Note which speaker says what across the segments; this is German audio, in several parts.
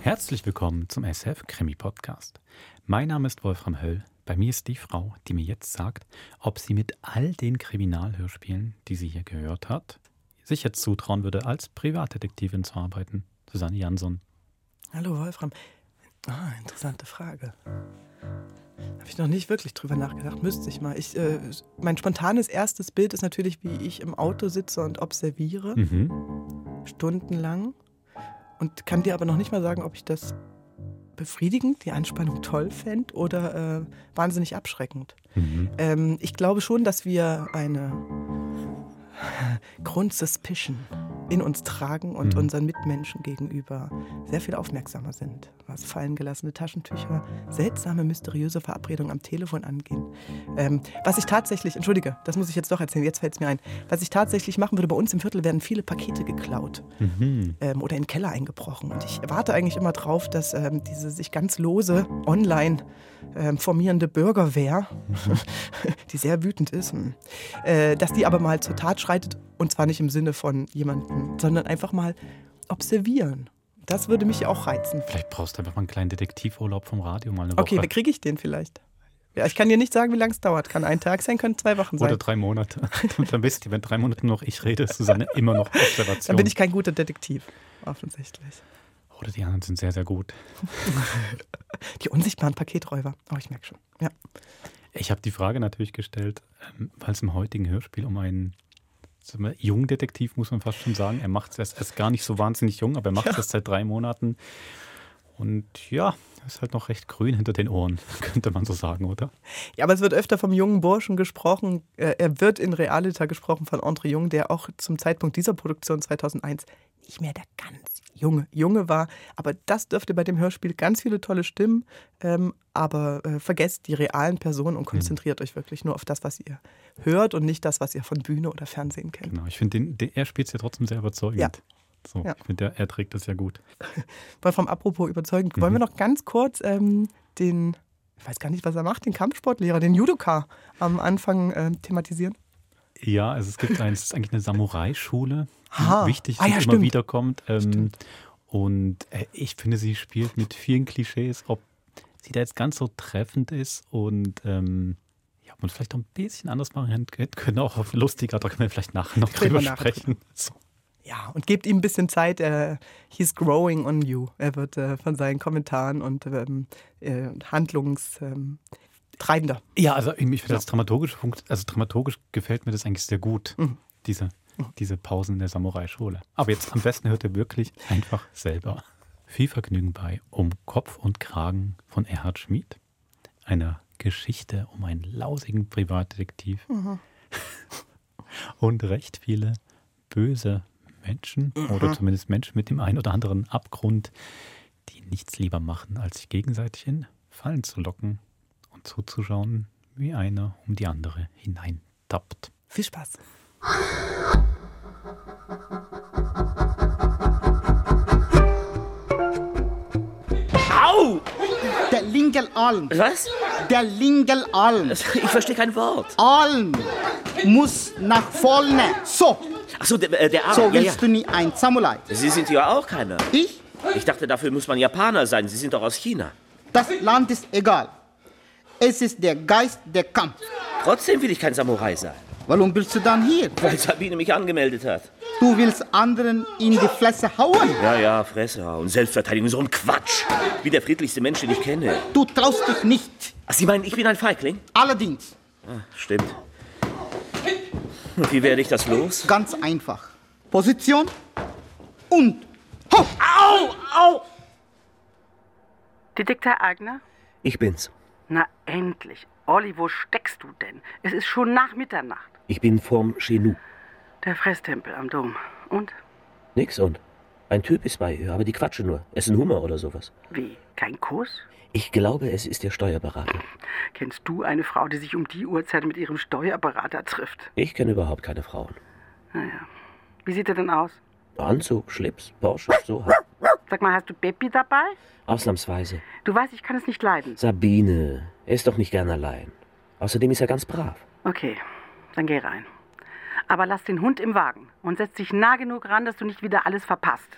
Speaker 1: Herzlich willkommen zum SF Krimi Podcast. Mein Name ist Wolfram Höll. Bei mir ist die Frau, die mir jetzt sagt, ob sie mit all den Kriminalhörspielen, die sie hier gehört hat, sich jetzt zutrauen würde, als Privatdetektivin zu arbeiten. Susanne Jansson.
Speaker 2: Hallo Wolfram. Ah, interessante Frage. Habe ich noch nicht wirklich drüber nachgedacht. Müsste ich mal. Ich, äh, mein spontanes erstes Bild ist natürlich, wie ich im Auto sitze und observiere,
Speaker 1: Mhm.
Speaker 2: stundenlang. Und kann dir aber noch nicht mal sagen, ob ich das befriedigend, die Anspannung toll fände oder äh, wahnsinnig abschreckend.
Speaker 1: Mhm.
Speaker 2: Ähm, ich glaube schon, dass wir eine Grundsuspicion in uns tragen und
Speaker 1: Mhm.
Speaker 2: unseren Mitmenschen gegenüber sehr viel aufmerksamer sind, was fallen gelassene Taschentücher, seltsame, mysteriöse Verabredungen am Telefon angehen. Ähm, was ich tatsächlich, entschuldige, das muss ich jetzt doch erzählen, jetzt fällt es mir ein, was ich tatsächlich machen würde, bei uns im Viertel werden viele Pakete geklaut
Speaker 1: Mhm.
Speaker 2: ähm, oder in den Keller eingebrochen. Und ich warte eigentlich immer drauf, dass ähm, diese sich ganz lose online ähm, formierende Bürgerwehr, die sehr wütend ist, hm, äh, dass die aber mal zur Tat schreitet und zwar nicht im Sinne von jemandem, sondern einfach mal observieren. Das würde mich auch reizen.
Speaker 1: Vielleicht brauchst du einfach mal einen kleinen Detektivurlaub vom Radio mal eine Woche.
Speaker 2: Okay, wie kriege ich den vielleicht? Ja, ich kann dir nicht sagen, wie lange es dauert. Kann ein Tag sein, können zwei Wochen
Speaker 1: Oder
Speaker 2: sein.
Speaker 1: drei Monate. Und dann wisst ihr, wenn drei Monate noch ich rede, ist Susanne immer noch Observation.
Speaker 2: Dann bin ich kein guter Detektiv, offensichtlich.
Speaker 1: Oder die anderen sind sehr, sehr gut.
Speaker 2: Die unsichtbaren Paketräuber. Oh, ich merke schon. Ja.
Speaker 1: Ich habe die Frage natürlich gestellt, ähm, weil es im heutigen Hörspiel um einen sagen wir, Jungdetektiv, muss man fast schon sagen. Er macht es erst, erst gar nicht so wahnsinnig jung, aber er macht es erst seit drei Monaten. Und ja, ist halt noch recht grün hinter den Ohren, könnte man so sagen, oder?
Speaker 2: Ja, aber es wird öfter vom jungen Burschen gesprochen. Äh, Er wird in Realita gesprochen von Andre Jung, der auch zum Zeitpunkt dieser Produktion 2001 nicht mehr der ganz junge Junge war. Aber das dürfte bei dem Hörspiel ganz viele tolle Stimmen. Ähm, aber äh, vergesst die realen Personen und konzentriert euch wirklich nur auf das, was ihr hört und nicht das, was ihr von Bühne oder Fernsehen kennt.
Speaker 1: Genau, ich finde, den, den, er spielt es ja trotzdem sehr überzeugend.
Speaker 2: Ja.
Speaker 1: So,
Speaker 2: Ja.
Speaker 1: ich finde, er- er trägt das ja gut.
Speaker 2: Weil vom Apropos überzeugend, wollen wir noch ganz kurz ähm, den, ich weiß gar nicht, was er macht, den Kampfsportlehrer, den Judoka am Anfang ähm, thematisieren?
Speaker 1: Ja, also es gibt ein, es ist eigentlich eine Samurai-Schule, die
Speaker 2: Aha.
Speaker 1: wichtig ist,
Speaker 2: Ah, ja,
Speaker 1: und immer
Speaker 2: stimmt.
Speaker 1: wieder kommt. Ähm, und äh, ich finde, sie spielt mit vielen Klischees, ob sie da jetzt ganz so treffend ist und ähm, ja, ob man es vielleicht auch ein bisschen anders machen hätte können, auch auf lustiger, da können wir vielleicht nachher noch
Speaker 2: Reden wir
Speaker 1: drüber
Speaker 2: nachher
Speaker 1: sprechen. So.
Speaker 2: Ja, und gebt ihm ein bisschen Zeit. Äh, he's growing on you. Er wird äh, von seinen Kommentaren und ähm, äh, Handlungs. Ähm, Treibender.
Speaker 1: Ja, also ich finde das dramaturgische Punkt, also dramaturgisch gefällt mir das eigentlich sehr gut, diese, diese Pausen in der Samurai-Schule. Aber jetzt am besten hört ihr wirklich einfach selber. Viel Vergnügen bei Um Kopf und Kragen von Erhard Schmid, einer Geschichte um einen lausigen Privatdetektiv und recht viele böse Menschen oder zumindest Menschen mit dem einen oder anderen Abgrund, die nichts lieber machen, als sich gegenseitig in Fallen zu locken und zuzuschauen, wie einer um die andere hineintappt.
Speaker 2: Viel Spaß.
Speaker 3: Au!
Speaker 4: Der linke Arm,
Speaker 3: Was?
Speaker 4: der linke Arm,
Speaker 3: Ich verstehe kein Wort.
Speaker 4: Arm muss nach vorne. So,
Speaker 3: Achso, der, äh, der Arm.
Speaker 4: so
Speaker 3: ja, ja.
Speaker 4: willst du nie ein Samurai.
Speaker 3: Sie sind ja auch keiner.
Speaker 4: Ich,
Speaker 3: Ich dachte, dafür muss man Japaner sein. Sie sind doch aus China.
Speaker 4: das Land ist egal. Es ist der Geist der Kampf.
Speaker 3: Trotzdem will ich kein Samurai sein,
Speaker 4: Warum bist du dann hier?
Speaker 3: weil Sabine mich angemeldet hat.
Speaker 4: Du willst anderen in die Fresse hauen.
Speaker 3: Ja, ja, Fresse und Selbstverteidigung, so ein Quatsch. Wie der friedlichste Mensch, den ich kenne.
Speaker 4: Du traust dich nicht.
Speaker 3: Ach, Sie meinen, ich bin ein Feigling?
Speaker 4: Allerdings,
Speaker 3: Stimmt. Und wie werde ich das los?
Speaker 4: ganz einfach. Position und hopp.
Speaker 3: Au, au!
Speaker 5: Detektor Agner?
Speaker 3: Ich bin's.
Speaker 5: Na endlich. Olli, wo steckst du denn? Es ist schon nach Mitternacht.
Speaker 3: Ich bin vom Chenou.
Speaker 5: Der Fresstempel am Dom. Und?
Speaker 3: Nix und. Ein Typ ist bei ihr, aber die quatschen nur. Essen Hummer oder sowas.
Speaker 5: Wie? Kein Kuss?
Speaker 3: Ich glaube, es ist der Steuerberater.
Speaker 5: Kennst du eine Frau, die sich um die Uhrzeit mit ihrem Steuerberater trifft?
Speaker 3: Ich kenne überhaupt keine Frauen.
Speaker 5: Naja. Wie sieht er denn aus?
Speaker 3: Anzug, Schlips, Porsche, so halt.
Speaker 5: Sag mal, hast du Beppi dabei?
Speaker 3: Ausnahmsweise.
Speaker 5: Du weißt, ich kann es nicht leiden.
Speaker 3: Sabine, er ist doch nicht gern allein. Außerdem ist er ganz brav.
Speaker 5: Okay, dann geh rein. Aber lass den Hund im Wagen und setz dich nah genug ran, dass du nicht wieder alles verpasst.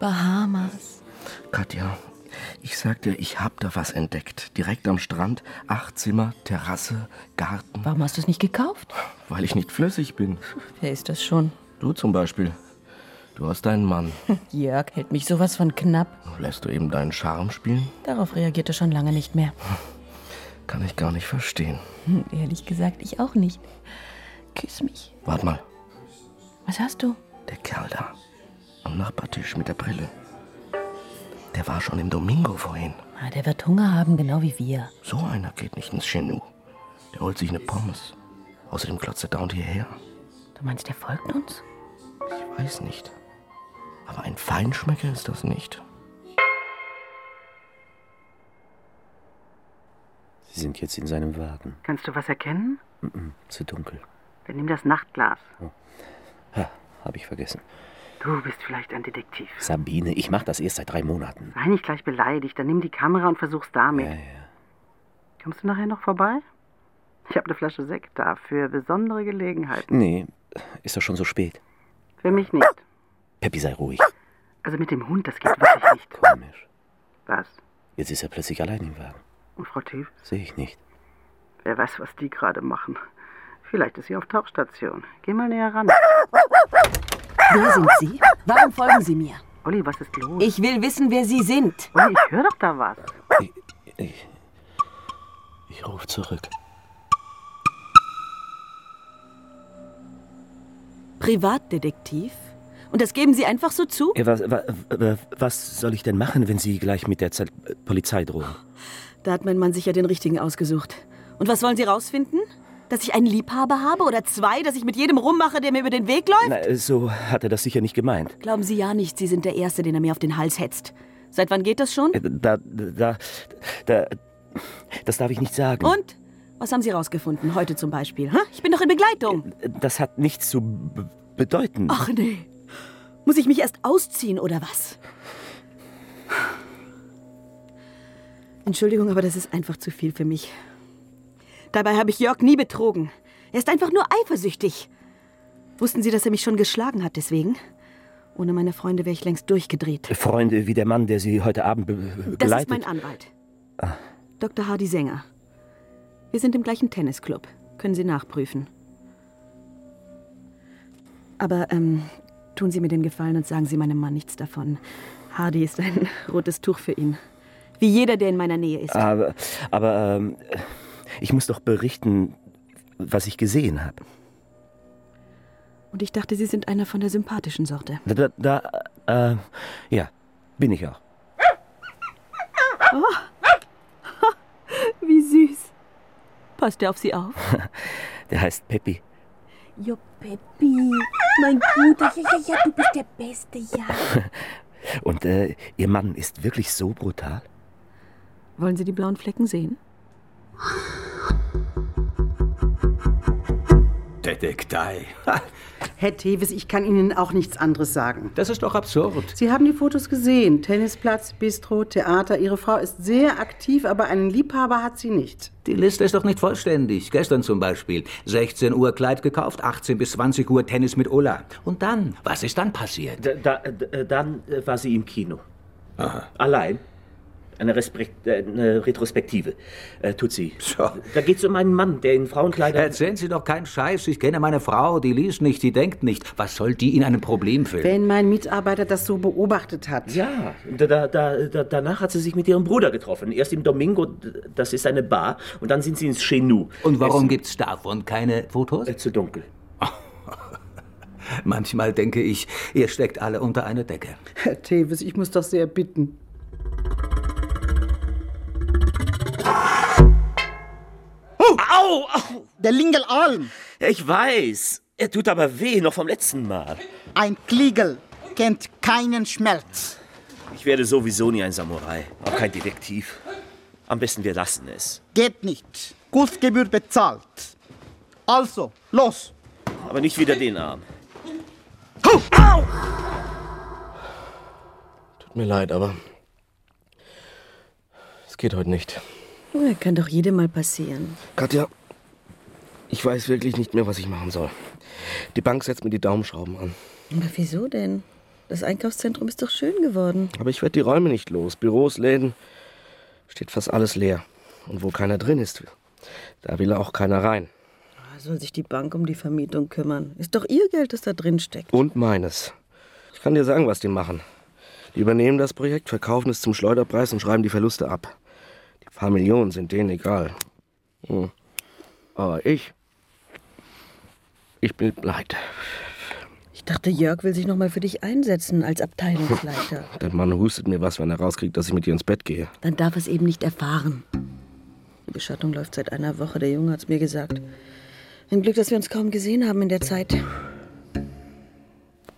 Speaker 6: Bahamas.
Speaker 7: Katja, ich sag dir, ich hab da was entdeckt. Direkt am Strand, acht Zimmer, Terrasse, Garten,
Speaker 6: Warum hast du es nicht gekauft?
Speaker 7: weil ich nicht flüssig bin.
Speaker 6: Wer ist das schon?
Speaker 7: Du zum Beispiel. Du hast einen Mann.
Speaker 6: Jörg hält mich sowas von knapp.
Speaker 7: Lässt du eben deinen Charme spielen?
Speaker 6: Darauf reagiert er schon lange nicht mehr.
Speaker 7: Kann ich gar nicht verstehen.
Speaker 6: Hm, ehrlich gesagt, ich auch nicht. Küss mich.
Speaker 7: Wart mal,
Speaker 6: Was hast du?
Speaker 7: der Kerl da. Am Nachbartisch mit der Brille. Der war schon im Domingo vorhin.
Speaker 6: Ah, der wird Hunger haben, genau wie wir.
Speaker 7: So einer geht nicht ins Genu. Der holt sich eine Pommes. Außerdem klotzt er dauernd hierher.
Speaker 6: Du meinst, der folgt uns?
Speaker 7: Ich weiß nicht. Aber ein Feinschmecker ist das nicht.
Speaker 3: Sie sind jetzt in seinem Wagen.
Speaker 5: Kannst du was erkennen?
Speaker 3: Zu dunkel.
Speaker 5: Dann nimm das Nachtglas.
Speaker 3: Ha, hab ich vergessen.
Speaker 5: Du bist vielleicht ein Detektiv.
Speaker 3: Sabine, ich mach das erst seit drei Monaten.
Speaker 5: Sei nicht gleich beleidigt. Dann nimm die Kamera und versuch's damit.
Speaker 3: Äh.
Speaker 5: Kommst du nachher noch vorbei? Ich habe eine Flasche Sekt da für besondere Gelegenheiten.
Speaker 3: Nee, ist doch schon so spät.
Speaker 5: Für mich nicht.
Speaker 3: Peppi, sei ruhig.
Speaker 5: Also mit dem Hund, das geht wirklich nicht.
Speaker 3: Komisch.
Speaker 5: Was?
Speaker 3: Jetzt ist er plötzlich allein im Wagen.
Speaker 5: Und Frau Teves?
Speaker 3: Sehe ich nicht.
Speaker 5: Wer weiß, was die gerade machen. Vielleicht ist sie auf Tauchstation. Geh mal näher ran.
Speaker 8: Wer sind Sie? Warum folgen Sie mir?
Speaker 5: Olli, was ist los?
Speaker 8: Ich will wissen, wer Sie sind.
Speaker 5: Olli, ich höre doch da was.
Speaker 3: Ich, ich, ich rufe zurück.
Speaker 8: Privatdetektiv? Und das geben Sie einfach so zu?
Speaker 3: Ja, was, Äh, wa- wa- was soll ich denn machen, wenn Sie gleich mit der Ze äh, Polizei drohen?
Speaker 8: Da hat mein Mann sich ja den richtigen ausgesucht. Und was wollen Sie rausfinden? Dass ich einen Liebhaber habe oder zwei, dass ich mit jedem rummache, der mir über den Weg läuft?
Speaker 3: Na, äh, so hat er das sicher nicht gemeint.
Speaker 8: Glauben Sie ja nicht, Sie sind der Erste, den er mir auf den Hals hetzt. Seit wann geht das schon?
Speaker 3: Äh, Da, da, da, das darf ich nicht sagen.
Speaker 8: Und? Was haben Sie rausgefunden? Heute zum Beispiel. Hä? Ich bin doch in Begleitung.
Speaker 3: Das hat nichts zu b- bedeuten.
Speaker 8: Ach nee. Muss ich mich erst ausziehen oder was? Entschuldigung, aber das ist einfach zu viel für mich. Dabei habe ich Jörg nie betrogen. Er ist einfach nur eifersüchtig. Wussten Sie, dass er mich schon geschlagen hat deswegen? Ohne meine Freunde wäre ich längst durchgedreht.
Speaker 3: Freunde wie der Mann, der Sie heute Abend be be-
Speaker 8: Das
Speaker 3: begleitet.
Speaker 8: ist mein Anwalt. Dr. Hardy Sänger. Wir sind im gleichen Tennisclub. Können Sie nachprüfen. Aber ähm, tun Sie mir den Gefallen und sagen Sie meinem Mann nichts davon. Hardy ist ein rotes Tuch für ihn. Wie jeder, der in meiner Nähe ist.
Speaker 3: aber, aber ähm, ich muss doch berichten, was ich gesehen habe.
Speaker 8: Und ich dachte, Sie sind einer von der sympathischen Sorte.
Speaker 3: Da, da, da äh, ja, bin ich auch.
Speaker 8: Wie süß. Passt er auf Sie auf?
Speaker 3: Der heißt Peppi.
Speaker 9: Jo, Peppi, mein Guter, ja, ja, ja, du bist der Beste, ja.
Speaker 3: Und äh, Ihr Mann ist wirklich so brutal?
Speaker 8: Wollen Sie die blauen Flecken sehen?
Speaker 10: Detektei.
Speaker 11: Herr Tevis, ich kann Ihnen auch nichts anderes sagen.
Speaker 10: Das ist doch absurd.
Speaker 11: Sie haben die Fotos gesehen. Tennisplatz, Bistro, Theater. Ihre Frau ist sehr aktiv, aber einen Liebhaber hat sie nicht.
Speaker 10: Die Liste ist doch nicht vollständig. Gestern zum Beispiel. 16 Uhr Kleid gekauft, 18 bis 20 Uhr Tennis mit Ulla. Und dann? Was ist dann passiert?
Speaker 3: Da, da, da- dann äh, war sie im Kino. Allein. Eine, Respekt, äh, eine Retrospektive äh, tut sie.
Speaker 10: So.
Speaker 3: Da geht es um einen Mann, der in Frauenkleidern.
Speaker 10: Erzählen Sie doch keinen Scheiß. Ich kenne meine Frau. Die liest nicht, die denkt nicht. Was soll die in einem Problem finden?
Speaker 11: Wenn mein Mitarbeiter das so beobachtet hat.
Speaker 3: Ja, da, da, da, da, danach hat sie sich mit ihrem Bruder getroffen. Erst im Domingo, d- das ist eine Bar, und dann sind sie ins Chenou.
Speaker 10: Und warum gibt's davon keine Fotos?
Speaker 3: Äh, zu dunkel.
Speaker 10: Manchmal denke ich, ihr steckt alle unter eine Decke.
Speaker 11: Herr Tevis, ich muss doch sehr bitten.
Speaker 3: Au, au!
Speaker 4: Der Lingelalm,
Speaker 3: Ich weiß. Er tut aber weh, noch vom letzten Mal.
Speaker 4: ein Kliegel, kennt keinen Schmerz.
Speaker 3: Ich werde sowieso nie ein Samurai, auch kein Detektiv. Am besten wir lassen es.
Speaker 4: Geht nicht. Kursgebühr bezahlt. Also, los.
Speaker 3: Aber nicht wieder den Arm.
Speaker 7: Tut mir leid, aber es geht heute nicht.
Speaker 6: Oh, kann doch jedem mal passieren.
Speaker 7: Katja, ich weiß wirklich nicht mehr, was ich machen soll. Die Bank setzt mir die Daumenschrauben an.
Speaker 6: Aber wieso denn?
Speaker 8: Das Einkaufszentrum ist doch schön geworden.
Speaker 12: Aber ich werde die Räume nicht los. Büros, Läden, steht fast alles leer. Und wo keiner drin ist, da will auch keiner rein.
Speaker 8: Da soll Ah, sich die Bank um die Vermietung kümmern. Ist doch ihr Geld, das da drin steckt.
Speaker 12: Und meines. Ich kann dir sagen, was die machen. Die übernehmen das Projekt, verkaufen es zum Schleuderpreis und schreiben die Verluste ab. Die paar Millionen sind denen egal. Hm. Aber ich. Ich bin pleite.
Speaker 8: Ich dachte, Jörg will sich nochmal für dich einsetzen als Abteilungsleiter.
Speaker 12: Dein Mann hustet mir was, wenn er rauskriegt, dass ich mit dir ins Bett gehe.
Speaker 8: Dann darf es eben nicht erfahren. Die Beschattung läuft seit einer Woche, der Junge hat's mir gesagt. Ein Glück, dass wir uns kaum gesehen haben in der Zeit.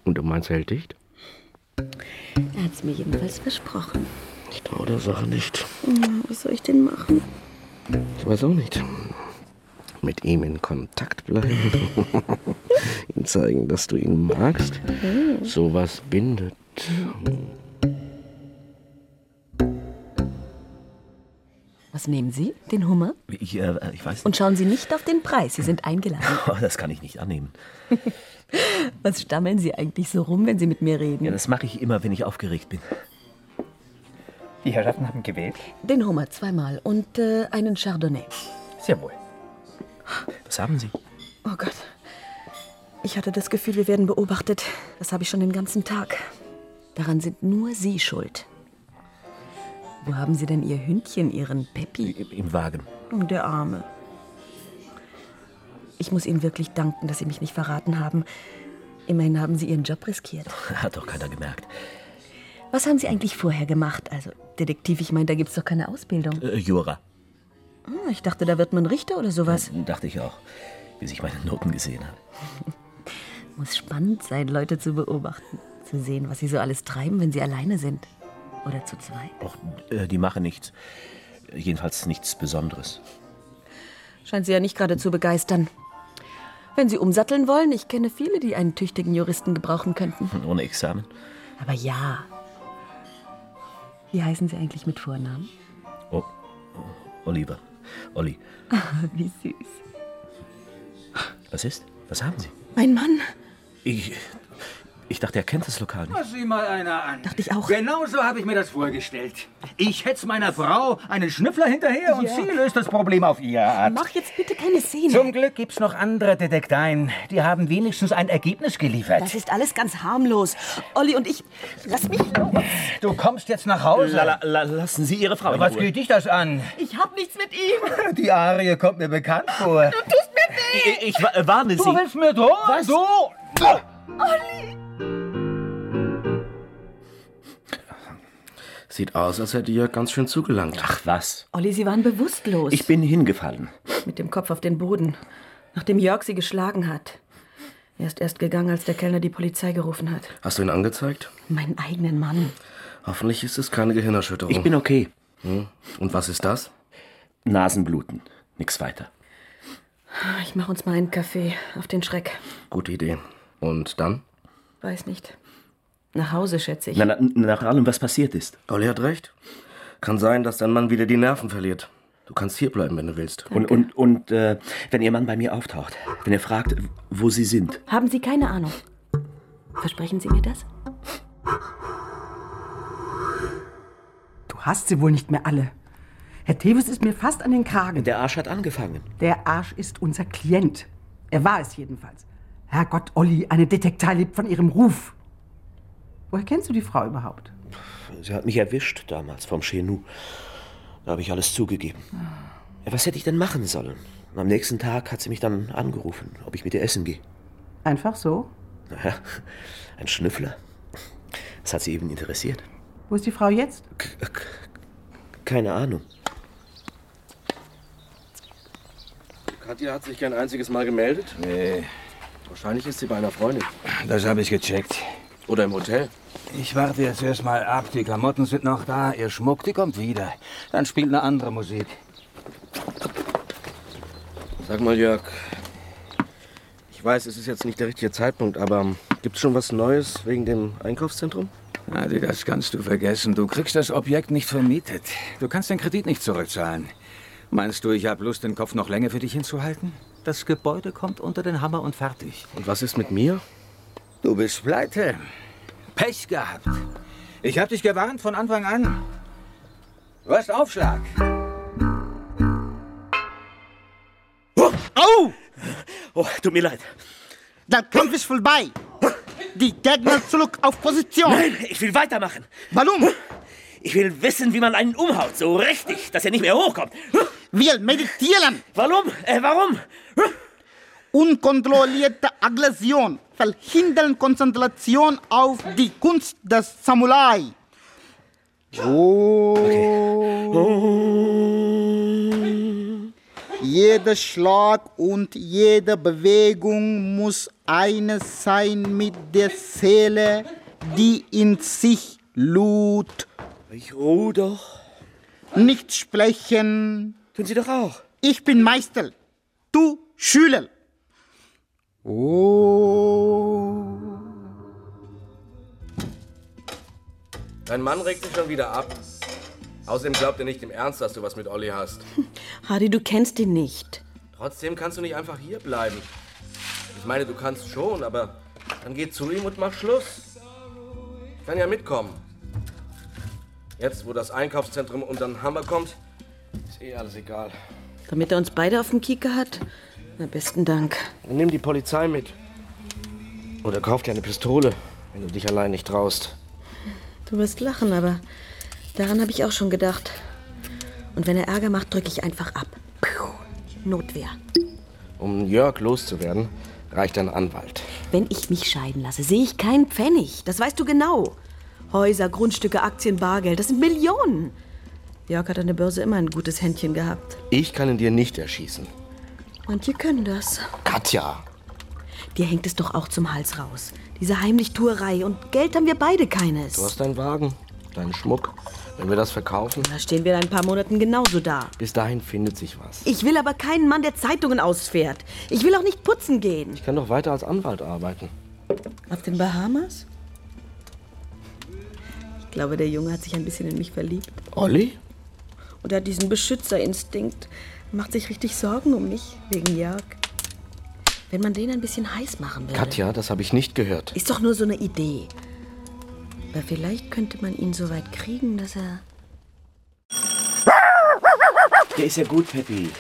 Speaker 12: Und du meinst, er hält dicht?
Speaker 8: Er hat's mir jedenfalls versprochen.
Speaker 12: Ich traue der Sache nicht.
Speaker 8: Hm, Was soll ich denn machen?
Speaker 12: Ich weiß auch nicht. Mit ihm in Kontakt bleiben. ihm zeigen, dass du ihn magst.
Speaker 8: Hm.
Speaker 12: Sowas bindet.
Speaker 8: Was nehmen Sie? Den Hummer?
Speaker 3: Ich, äh, ich weiß
Speaker 8: Und schauen Sie nicht auf den Preis. Sie sind eingeladen.
Speaker 3: Oh, das kann ich nicht annehmen.
Speaker 8: Was stammeln Sie eigentlich so rum, wenn Sie mit mir reden?
Speaker 3: Ja, das mache ich immer, wenn ich aufgeregt bin. Die Herrschaften haben gewählt.
Speaker 8: Den Hummer zweimal und äh, einen Chardonnay.
Speaker 3: Sehr wohl. Was haben Sie?
Speaker 8: Oh Gott. Ich hatte das Gefühl, wir werden beobachtet. Das habe ich schon den ganzen Tag. Daran sind nur Sie schuld. Wo haben Sie denn Ihr Hündchen, Ihren Peppi?
Speaker 3: Im Wagen.
Speaker 8: Und der Arme. Ich muss Ihnen wirklich danken, dass Sie mich nicht verraten haben. Immerhin haben Sie Ihren Job riskiert.
Speaker 3: Hat doch keiner gemerkt.
Speaker 8: Was haben Sie eigentlich vorher gemacht? Also, Detektiv, ich meine, da gibt's doch keine Ausbildung.
Speaker 3: Äh, Jura.
Speaker 8: Hm, Ich dachte, da wird man Richter oder sowas.
Speaker 3: Dachte ich auch, bis ich meine Noten gesehen habe.
Speaker 8: Muss spannend sein, Leute zu beobachten. Zu sehen, was sie so alles treiben, wenn sie alleine sind. Oder zu zweit.
Speaker 3: Auch äh, die machen nichts. Jedenfalls nichts Besonderes.
Speaker 8: Scheint sie ja nicht gerade zu begeistern. Wenn sie umsatteln wollen, ich kenne viele, die einen tüchtigen Juristen gebrauchen könnten.
Speaker 3: Ohne Examen.
Speaker 8: Aber ja. Wie heißen sie eigentlich mit Vornamen?
Speaker 3: Oh, Oliver. Olli.
Speaker 8: Wie süß.
Speaker 3: Was ist? Was haben Sie?
Speaker 8: Mein Mann.
Speaker 3: Ich, ich dachte, er kennt das Lokal nicht.
Speaker 7: Sieh mal einer an.
Speaker 8: Dachte ich auch.
Speaker 7: Genau so habe ich mir das vorgestellt. Ich hetze meiner Frau einen Schnüffler hinterher und
Speaker 8: Ja.
Speaker 7: sie löst das Problem auf ihre Art.
Speaker 8: Mach jetzt bitte keine Szene.
Speaker 7: Zum Glück gibt's noch andere Detekteien. Die haben wenigstens ein Ergebnis geliefert.
Speaker 8: Das ist alles ganz harmlos. Olli und ich. Lass mich los.
Speaker 7: Du kommst jetzt nach Hause.
Speaker 3: Oh, La- la- la- lassen Sie Ihre Frau in
Speaker 7: Was
Speaker 3: Ruhe.
Speaker 7: geht dich das an?
Speaker 8: Ich hab nichts mit ihm.
Speaker 7: Die Arie kommt mir bekannt vor.
Speaker 8: Du tust mir weh.
Speaker 3: Ich, ich wa- äh, warne
Speaker 7: Du
Speaker 3: Sie.
Speaker 7: willst mir drohen?
Speaker 3: Was?
Speaker 7: Du?
Speaker 8: Olli.
Speaker 12: Sieht aus, als hätte Jörg ganz schön zugelangt. Ach
Speaker 3: was.
Speaker 8: Olli, Sie waren bewusstlos.
Speaker 3: Ich bin hingefallen.
Speaker 8: Mit dem Kopf auf den Boden, nachdem Jörg sie geschlagen hat. Er ist erst gegangen, als der Kellner die Polizei gerufen hat.
Speaker 12: Hast du ihn angezeigt?
Speaker 8: Meinen eigenen Mann.
Speaker 12: Hoffentlich ist es keine Gehirnerschütterung.
Speaker 3: Ich bin okay.
Speaker 12: Hm? Und was ist das?
Speaker 3: Nasenbluten. Nix weiter.
Speaker 8: Ah, Ich mach uns mal einen Kaffee auf den Schreck.
Speaker 12: Gute Idee. Und dann?
Speaker 8: Weiß nicht. Nach Hause, schätze ich.
Speaker 3: Na, na, nach allem, was passiert ist.
Speaker 12: Olli hat recht. Kann sein, dass dein Mann wieder die Nerven verliert. Du kannst hierbleiben, wenn du willst.
Speaker 3: Und, und, und äh, wenn Ihr Mann bei mir auftaucht, wenn er fragt, wo Sie sind.
Speaker 8: Haben Sie keine Ahnung? Versprechen Sie mir das?
Speaker 2: Du hast sie wohl nicht mehr alle. Herr Tevis ist mir fast an den Kragen.
Speaker 3: Der Arsch hat angefangen.
Speaker 2: Der Arsch ist um- unser Klient. Er war es jedenfalls. Herrgott, Olli, eine Detektei lebt von ihrem Ruf. Woher kennst du die Frau überhaupt?
Speaker 3: Sie hat mich erwischt damals vom Chenou. Da habe ich alles zugegeben. Ja, was hätte ich denn machen sollen? Und am nächsten Tag hat sie mich dann angerufen, ob ich mit ihr essen gehe.
Speaker 2: Einfach so?
Speaker 3: Naja, ein Schnüffler. Das hat sie eben interessiert.
Speaker 2: Wo ist die Frau jetzt?
Speaker 3: Keine Ahnung.
Speaker 12: Katja hat sich kein einziges Mal gemeldet? Nee. Wahrscheinlich ist sie bei einer Freundin.
Speaker 7: Das habe ich gecheckt.
Speaker 12: Oder im Hotel.
Speaker 7: Ich warte jetzt erstmal ab. Die Klamotten sind noch da. Ihr Schmuck, die kommt wieder. Dann spielt eine andere Musik.
Speaker 12: Sag mal, Jörg. Ich weiß, es ist jetzt nicht der richtige Zeitpunkt, aber ähm, gibt's schon was Neues wegen dem Einkaufszentrum?
Speaker 7: Adi, das kannst du vergessen. Du kriegst das Objekt nicht vermietet. Du kannst den Kredit nicht zurückzahlen. Meinst du, ich habe Lust, den Kopf noch länger für dich hinzuhalten? Das Gebäude kommt unter den Hammer und fertig.
Speaker 12: Und was ist mit mir?
Speaker 7: Du bist pleite.
Speaker 13: Pech gehabt. Ich hab dich gewarnt von Anfang an. Du hast Aufschlag.
Speaker 4: Au! Oh, tut mir leid. Der Kampf ist vorbei. Die Gegner zurück auf Position.
Speaker 14: Nein, ich will weitermachen.
Speaker 4: Warum?
Speaker 14: Ich will wissen, wie man einen umhaut. So richtig, dass er nicht mehr hochkommt.
Speaker 4: Wir meditieren.
Speaker 14: Warum? Äh, warum?
Speaker 4: Unkontrollierte Aggression verhindern Konzentration auf die Kunst des Samurai. Oh.
Speaker 12: Oh.
Speaker 4: Jeder Schlag und jede Bewegung muss eine sein mit der Seele, die in sich lud.
Speaker 3: Ich ruh doch.
Speaker 4: Nicht sprechen.
Speaker 3: Tun Sie doch auch.
Speaker 4: Ich bin Meister. Du Schüler. Oh.
Speaker 15: Dein Mann regt dich schon wieder ab. Außerdem glaubt er nicht im Ernst, dass du was mit Olli hast.
Speaker 6: Hardy, du kennst ihn nicht.
Speaker 15: Trotzdem kannst du nicht einfach hier bleiben. Ich meine, du kannst schon, aber dann geh zu ihm und mach Schluss. Ich kann ja mitkommen. Jetzt, wo das Einkaufszentrum unter den Hammer kommt, ist eh alles egal.
Speaker 6: Damit er uns beide auf dem Kieker hat? Na, besten Dank.
Speaker 7: Dann nimm die Polizei mit.
Speaker 15: Oder kauf dir eine Pistole, wenn du dich allein nicht traust.
Speaker 8: Du wirst lachen, aber daran habe ich auch schon gedacht. Und wenn er Ärger macht, drücke ich einfach ab. Piu. Notwehr.
Speaker 15: Um Jörg loszuwerden, reicht ein Anwalt.
Speaker 8: Wenn ich mich scheiden lasse, sehe ich keinen Pfennig. Das weißt du genau. Häuser, Grundstücke, Aktien, Bargeld, das sind Millionen. Jörg hat an der Börse immer ein gutes Händchen gehabt.
Speaker 15: Ich kann ihn dir nicht erschießen.
Speaker 8: Manche können das.
Speaker 15: Katja!
Speaker 8: Dir hängt es doch auch zum Hals raus. Diese Heimlichtuerei und Geld haben wir beide keines.
Speaker 15: Du hast deinen Wagen, deinen Schmuck. Wenn wir das verkaufen,
Speaker 8: Da stehen wir in ein paar Monaten genauso da.
Speaker 15: bis dahin findet sich was.
Speaker 8: Ich will aber keinen Mann, der Zeitungen ausfährt. Ich will auch nicht putzen gehen.
Speaker 15: Ich kann doch weiter als Anwalt arbeiten.
Speaker 8: Auf den Bahamas? Ich glaube, der Junge hat sich ein bisschen in mich verliebt.
Speaker 15: Olli?
Speaker 8: Und er hat diesen Beschützerinstinkt. Macht sich richtig Sorgen um mich, wegen Jörg. Wenn man den ein bisschen heiß machen will.
Speaker 15: Katja, das habe ich nicht gehört.
Speaker 8: Ist doch nur so eine Idee. Aber vielleicht könnte man ihn so weit kriegen, dass er.
Speaker 3: Der ist ja gut, Peppi.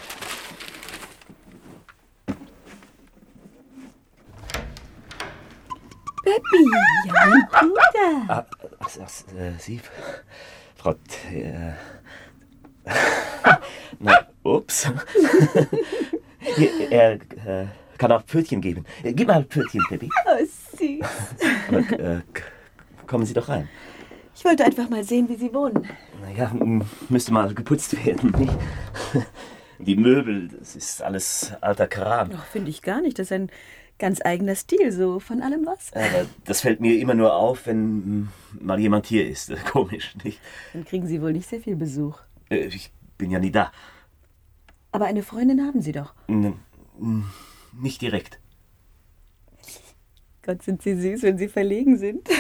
Speaker 16: Peppi, ja, mein Bruder.
Speaker 3: Ah, was, was, äh, Sie, Frau, T- äh, na, ups. Hier, er äh, kann auch Pfötchen geben. Äh, Gib mal ein Pfötchen, Peppi.
Speaker 16: Oh, süß.
Speaker 3: Aber, äh, k- kommen Sie doch rein.
Speaker 6: Ich wollte einfach mal sehen, wie sie wohnen.
Speaker 3: Naja, m- müsste mal geputzt werden, nicht? Die Möbel, das ist alles alter Kram.
Speaker 6: Ach, Oh, Finde ich gar nicht. Das ist ein ganz eigener Stil, so von allem was.
Speaker 3: Aber das fällt mir immer nur auf, wenn m, mal jemand hier ist. Komisch, nicht?
Speaker 6: Dann kriegen sie wohl nicht sehr viel Besuch.
Speaker 3: Äh, Ich bin ja nie da.
Speaker 6: Aber eine Freundin haben sie doch.
Speaker 3: N- n- Nicht direkt.
Speaker 6: Gott, sind sie süß, wenn sie verlegen sind.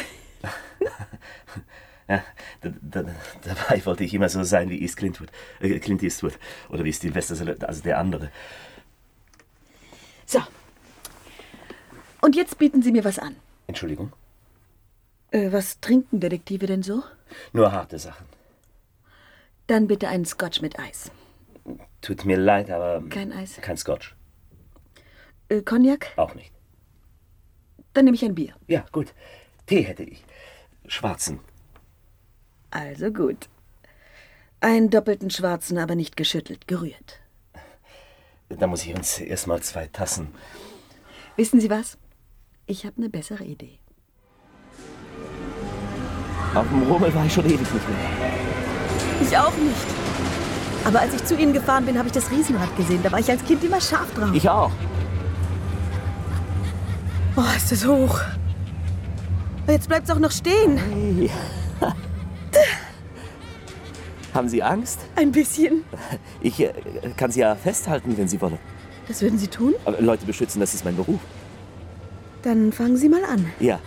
Speaker 3: Ja, d- d- dabei wollte ich immer so sein wie East Clintwood, äh, Clint Eastwood oder wie Sylvester, Stallone, also der andere.
Speaker 6: So. Und jetzt bieten sie mir was an.
Speaker 3: Entschuldigung,
Speaker 6: Äh, was trinken Detektive denn so?
Speaker 3: nur harte Sachen.
Speaker 6: Dann bitte einen Scotch mit Eis.
Speaker 3: Tut mir leid, aber
Speaker 6: Kein Eis.
Speaker 3: kein Scotch,
Speaker 6: Äh, Cognac?
Speaker 3: auch nicht.
Speaker 6: Dann nehme ich ein Bier.
Speaker 3: Ja, gut. Tee hätte ich. Schwarzen.
Speaker 6: Also gut. Einen doppelten schwarzen, aber nicht geschüttelt, gerührt.
Speaker 3: Da muss ich uns erstmal zwei Tassen.
Speaker 6: Wissen Sie was? Ich habe eine bessere Idee.
Speaker 3: Auf dem Rummel war ich schon ewig nicht mehr.
Speaker 6: Ich auch nicht. Aber als ich zu Ihnen gefahren bin, habe ich das Riesenrad gesehen. Da war ich als Kind immer scharf drauf.
Speaker 3: Ich auch.
Speaker 6: Oh, ist das hoch. Jetzt bleibt's auch noch stehen.
Speaker 3: Haben Sie Angst?
Speaker 6: Ein bisschen.
Speaker 3: Ich äh, kann Sie ja festhalten, wenn Sie wollen.
Speaker 6: Das würden Sie tun?
Speaker 3: Aber Leute beschützen, das ist mein Beruf.
Speaker 6: Dann fangen Sie mal an.
Speaker 3: Ja.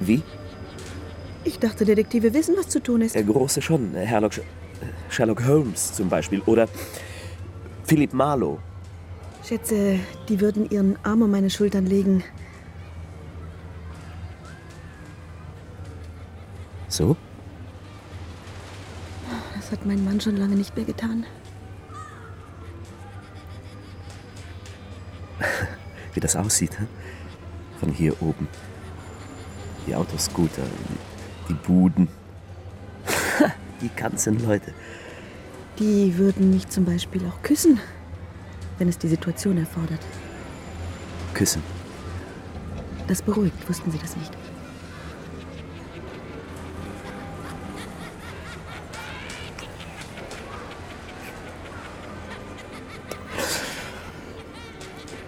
Speaker 3: Wie?
Speaker 6: Ich dachte, Detektive wissen, was zu tun ist.
Speaker 3: Der Große schon. Herlock, Sch- äh, Sherlock Holmes zum Beispiel. Oder Philip Marlowe.
Speaker 6: Schätze, die würden ihren Arm um meine Schultern legen.
Speaker 3: so?
Speaker 8: Das hat mein Mann schon lange nicht mehr getan.
Speaker 3: Wie das aussieht, hä? von hier oben. Die Autoscooter, die Buden, die ganzen Leute.
Speaker 8: Die würden mich zum Beispiel auch küssen, wenn es die Situation erfordert.
Speaker 3: Küssen.
Speaker 8: Das beruhigt, wussten Sie das nicht?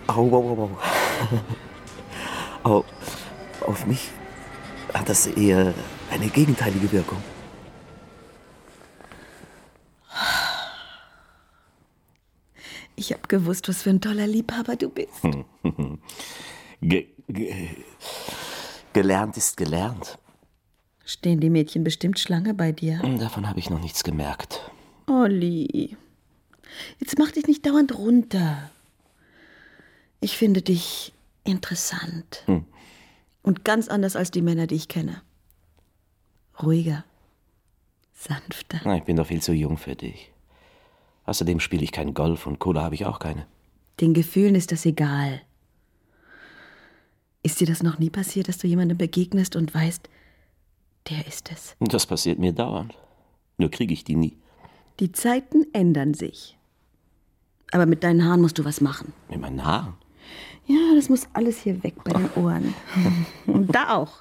Speaker 3: Au, au, au, au. au. Auf mich hat das eher eine gegenteilige Wirkung.
Speaker 8: Ich habe gewusst, was für ein toller Liebhaber du bist.
Speaker 3: Ge ge gelernt ist gelernt.
Speaker 8: Stehen die Mädchen bestimmt Schlange bei dir?
Speaker 3: Davon habe ich noch nichts gemerkt.
Speaker 8: Olli, jetzt mach dich nicht dauernd runter. Ich finde dich interessant.
Speaker 3: Hm.
Speaker 8: Und ganz anders als die Männer, die ich kenne. Ruhiger, sanfter.
Speaker 3: Na, ich bin doch viel zu jung für dich. Außerdem spiele ich keinen Golf und Cola habe ich auch keine.
Speaker 8: Den Gefühlen ist das egal. Ist dir das noch nie passiert, dass du jemandem begegnest und weißt, der ist es?
Speaker 3: Und das passiert mir dauernd. Nur kriege ich die nie.
Speaker 8: Die Zeiten ändern sich. Aber mit deinen Haaren musst du was machen.
Speaker 3: Mit meinen Haaren.
Speaker 8: Ja, das muss alles hier weg bei den Ohren. Und da auch.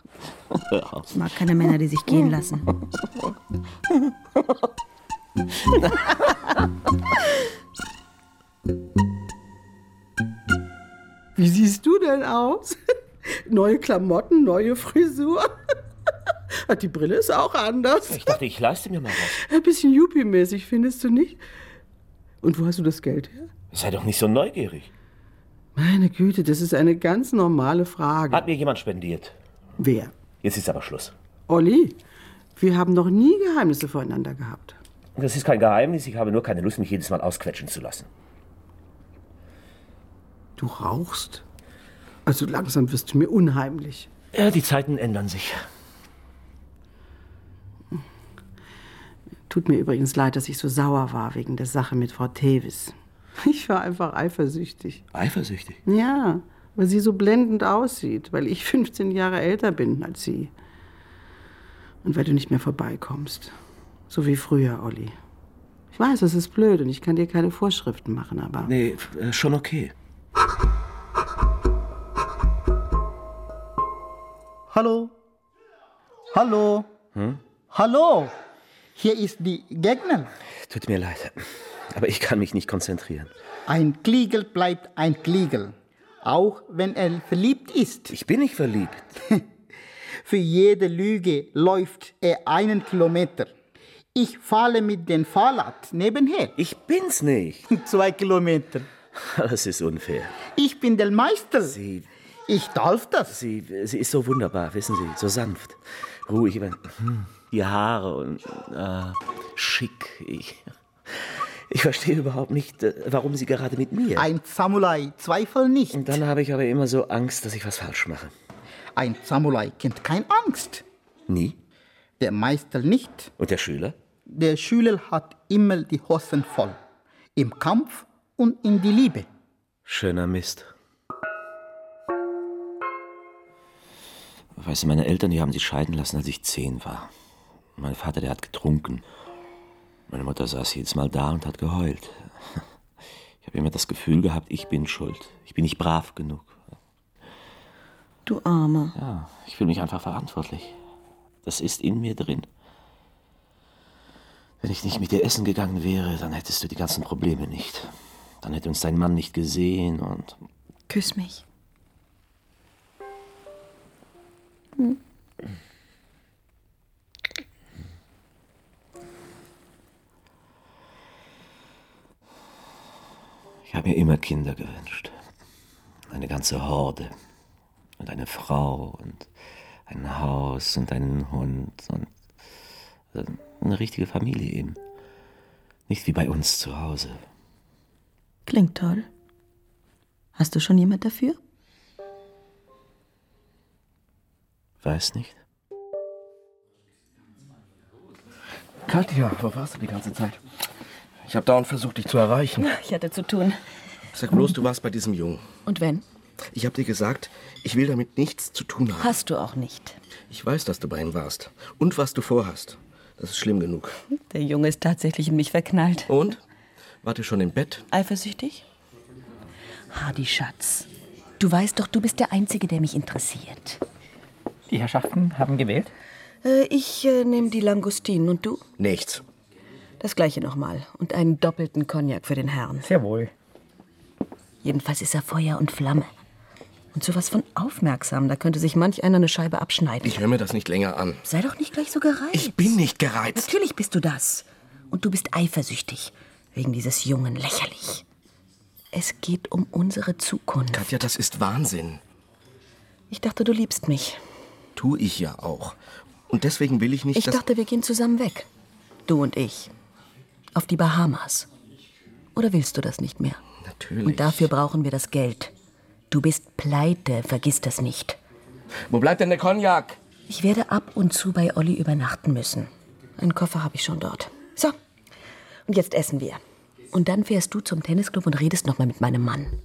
Speaker 3: Hör auf.
Speaker 8: Ich mag keine Männer, die sich gehen lassen.
Speaker 5: Wie siehst du denn aus? Neue Klamotten, neue Frisur. Die Brille ist auch anders.
Speaker 3: Ich dachte, ich leiste mir mal was.
Speaker 5: Ein bisschen Yuppie-mäßig, findest du nicht? Und wo hast du das Geld her?
Speaker 3: Sei doch nicht so neugierig.
Speaker 5: Meine Güte, das ist eine ganz normale Frage.
Speaker 3: Hat mir jemand spendiert.
Speaker 5: Wer?
Speaker 3: Jetzt ist aber Schluss.
Speaker 5: Olli, wir haben noch nie Geheimnisse voreinander gehabt.
Speaker 3: Das ist kein Geheimnis. Ich habe nur keine Lust, mich jedes Mal ausquetschen zu lassen.
Speaker 5: Du rauchst? Also langsam wirst du mir unheimlich.
Speaker 3: Ja, die Zeiten ändern sich.
Speaker 5: Tut mir übrigens leid, dass ich so sauer war wegen der Sache mit Frau Tevis. Ich war einfach eifersüchtig.
Speaker 3: Eifersüchtig?
Speaker 5: Ja, weil sie so blendend aussieht, weil ich 15 Jahre älter bin als sie. Und weil du nicht mehr vorbeikommst. So wie früher, Olli. Ich weiß, es ist blöd und ich kann dir keine Vorschriften machen, aber.
Speaker 3: Nee, äh, schon okay.
Speaker 4: Hallo? Hallo?
Speaker 3: Hm?
Speaker 4: Hallo? Hier ist die Gegner.
Speaker 3: Tut mir leid. Aber ich kann mich nicht konzentrieren.
Speaker 4: Ein Kliegel bleibt ein Kliegel, auch wenn er verliebt ist.
Speaker 3: Ich bin nicht verliebt.
Speaker 4: Für jede Lüge läuft er einen Kilometer. Ich fahre mit dem Fahrrad nebenher.
Speaker 3: Ich bin's nicht.
Speaker 4: Zwei Kilometer.
Speaker 3: Das ist unfair.
Speaker 4: Ich bin der Meister. Ich darf das.
Speaker 3: Sie, sie ist so wunderbar, wissen Sie. So sanft, ruhig. Ich meine, hm, Die Haare und äh, schick. Ich, ich verstehe überhaupt nicht, äh, warum sie gerade mit mir.
Speaker 4: Ein Samurai, Zweifel nicht.
Speaker 3: Und dann habe ich aber immer so Angst, dass ich was falsch mache.
Speaker 4: Ein Samurai kennt keine Angst.
Speaker 3: Nie?
Speaker 4: Der Meister nicht.
Speaker 3: Und der Schüler?
Speaker 4: Der Schüler hat immer die Hosen voll. Im Kampf und in die Liebe.
Speaker 3: Schöner Mist. Weißt du, meine Eltern, die haben sich scheiden lassen, als ich zehn war. Mein Vater, der hat getrunken. Meine Mutter saß jedes Mal da und hat geheult. Ich habe immer das Gefühl gehabt, ich bin schuld. Ich bin nicht brav genug.
Speaker 8: Du Armer.
Speaker 3: Ja, ich fühle mich einfach verantwortlich. Das ist in mir drin. Wenn ich nicht mit dir essen gegangen wäre, dann hättest du die ganzen Probleme nicht. Dann hätte uns dein Mann nicht gesehen und
Speaker 8: Küss mich.
Speaker 3: Ich habe mir immer Kinder gewünscht. Eine ganze Horde. Und eine Frau und ein Haus und einen Hund und also eine richtige Familie eben. Nicht wie bei uns zu Hause.
Speaker 8: Klingt toll. Hast du schon jemand dafür?
Speaker 3: Weiß nicht.
Speaker 8: Katja, wo warst du die ganze Zeit? Ich habe dauernd versucht, dich zu erreichen.
Speaker 6: Ich hatte zu tun.
Speaker 8: Sag bloß, du warst bei diesem Jungen.
Speaker 6: Und wenn?
Speaker 8: Ich habe dir gesagt, ich will damit nichts zu tun haben.
Speaker 6: Hast du auch nicht.
Speaker 8: Ich weiß, dass du bei ihm warst. Und was du vorhast. Das ist schlimm genug.
Speaker 6: Der Junge ist tatsächlich in mich verknallt.
Speaker 8: Und? Wart ihr schon im Bett?
Speaker 6: Eifersüchtig? Hardy Schatz, du weißt doch, du bist der Einzige, der mich interessiert.
Speaker 17: Die Herrschaften haben gewählt?
Speaker 6: Äh, ich äh, nehme die Langustinen und du?
Speaker 8: Nichts.
Speaker 6: Das gleiche nochmal. Und einen doppelten Cognac für den Herrn.
Speaker 17: Sehr wohl.
Speaker 6: Jedenfalls ist er Feuer und Flamme. Und sowas von aufmerksam, da könnte sich manch einer eine Scheibe abschneiden.
Speaker 8: Ich höre mir das nicht länger an.
Speaker 6: Sei doch nicht gleich so gereizt.
Speaker 8: Ich bin nicht gereizt.
Speaker 6: Natürlich bist du das. Und du bist eifersüchtig. Wegen dieses Jungen lächerlich. Es geht um unsere Zukunft.
Speaker 8: Katja, das ist Wahnsinn.
Speaker 6: Ich dachte, du liebst mich.
Speaker 8: Tu ich ja auch. Und deswegen will ich nicht,
Speaker 6: Ich
Speaker 8: dass...
Speaker 6: dachte, wir gehen zusammen weg. Du und ich. Auf die Bahamas. Oder willst du das nicht mehr?
Speaker 8: Natürlich.
Speaker 6: Und dafür brauchen wir das Geld. Du bist pleite, vergiss das nicht.
Speaker 8: Wo bleibt denn der Cognac?
Speaker 6: Ich werde ab und zu bei Olli übernachten müssen. Einen Koffer habe ich schon dort. So, und jetzt essen wir. Und dann fährst du zum Tennisclub und redest nochmal mit meinem Mann.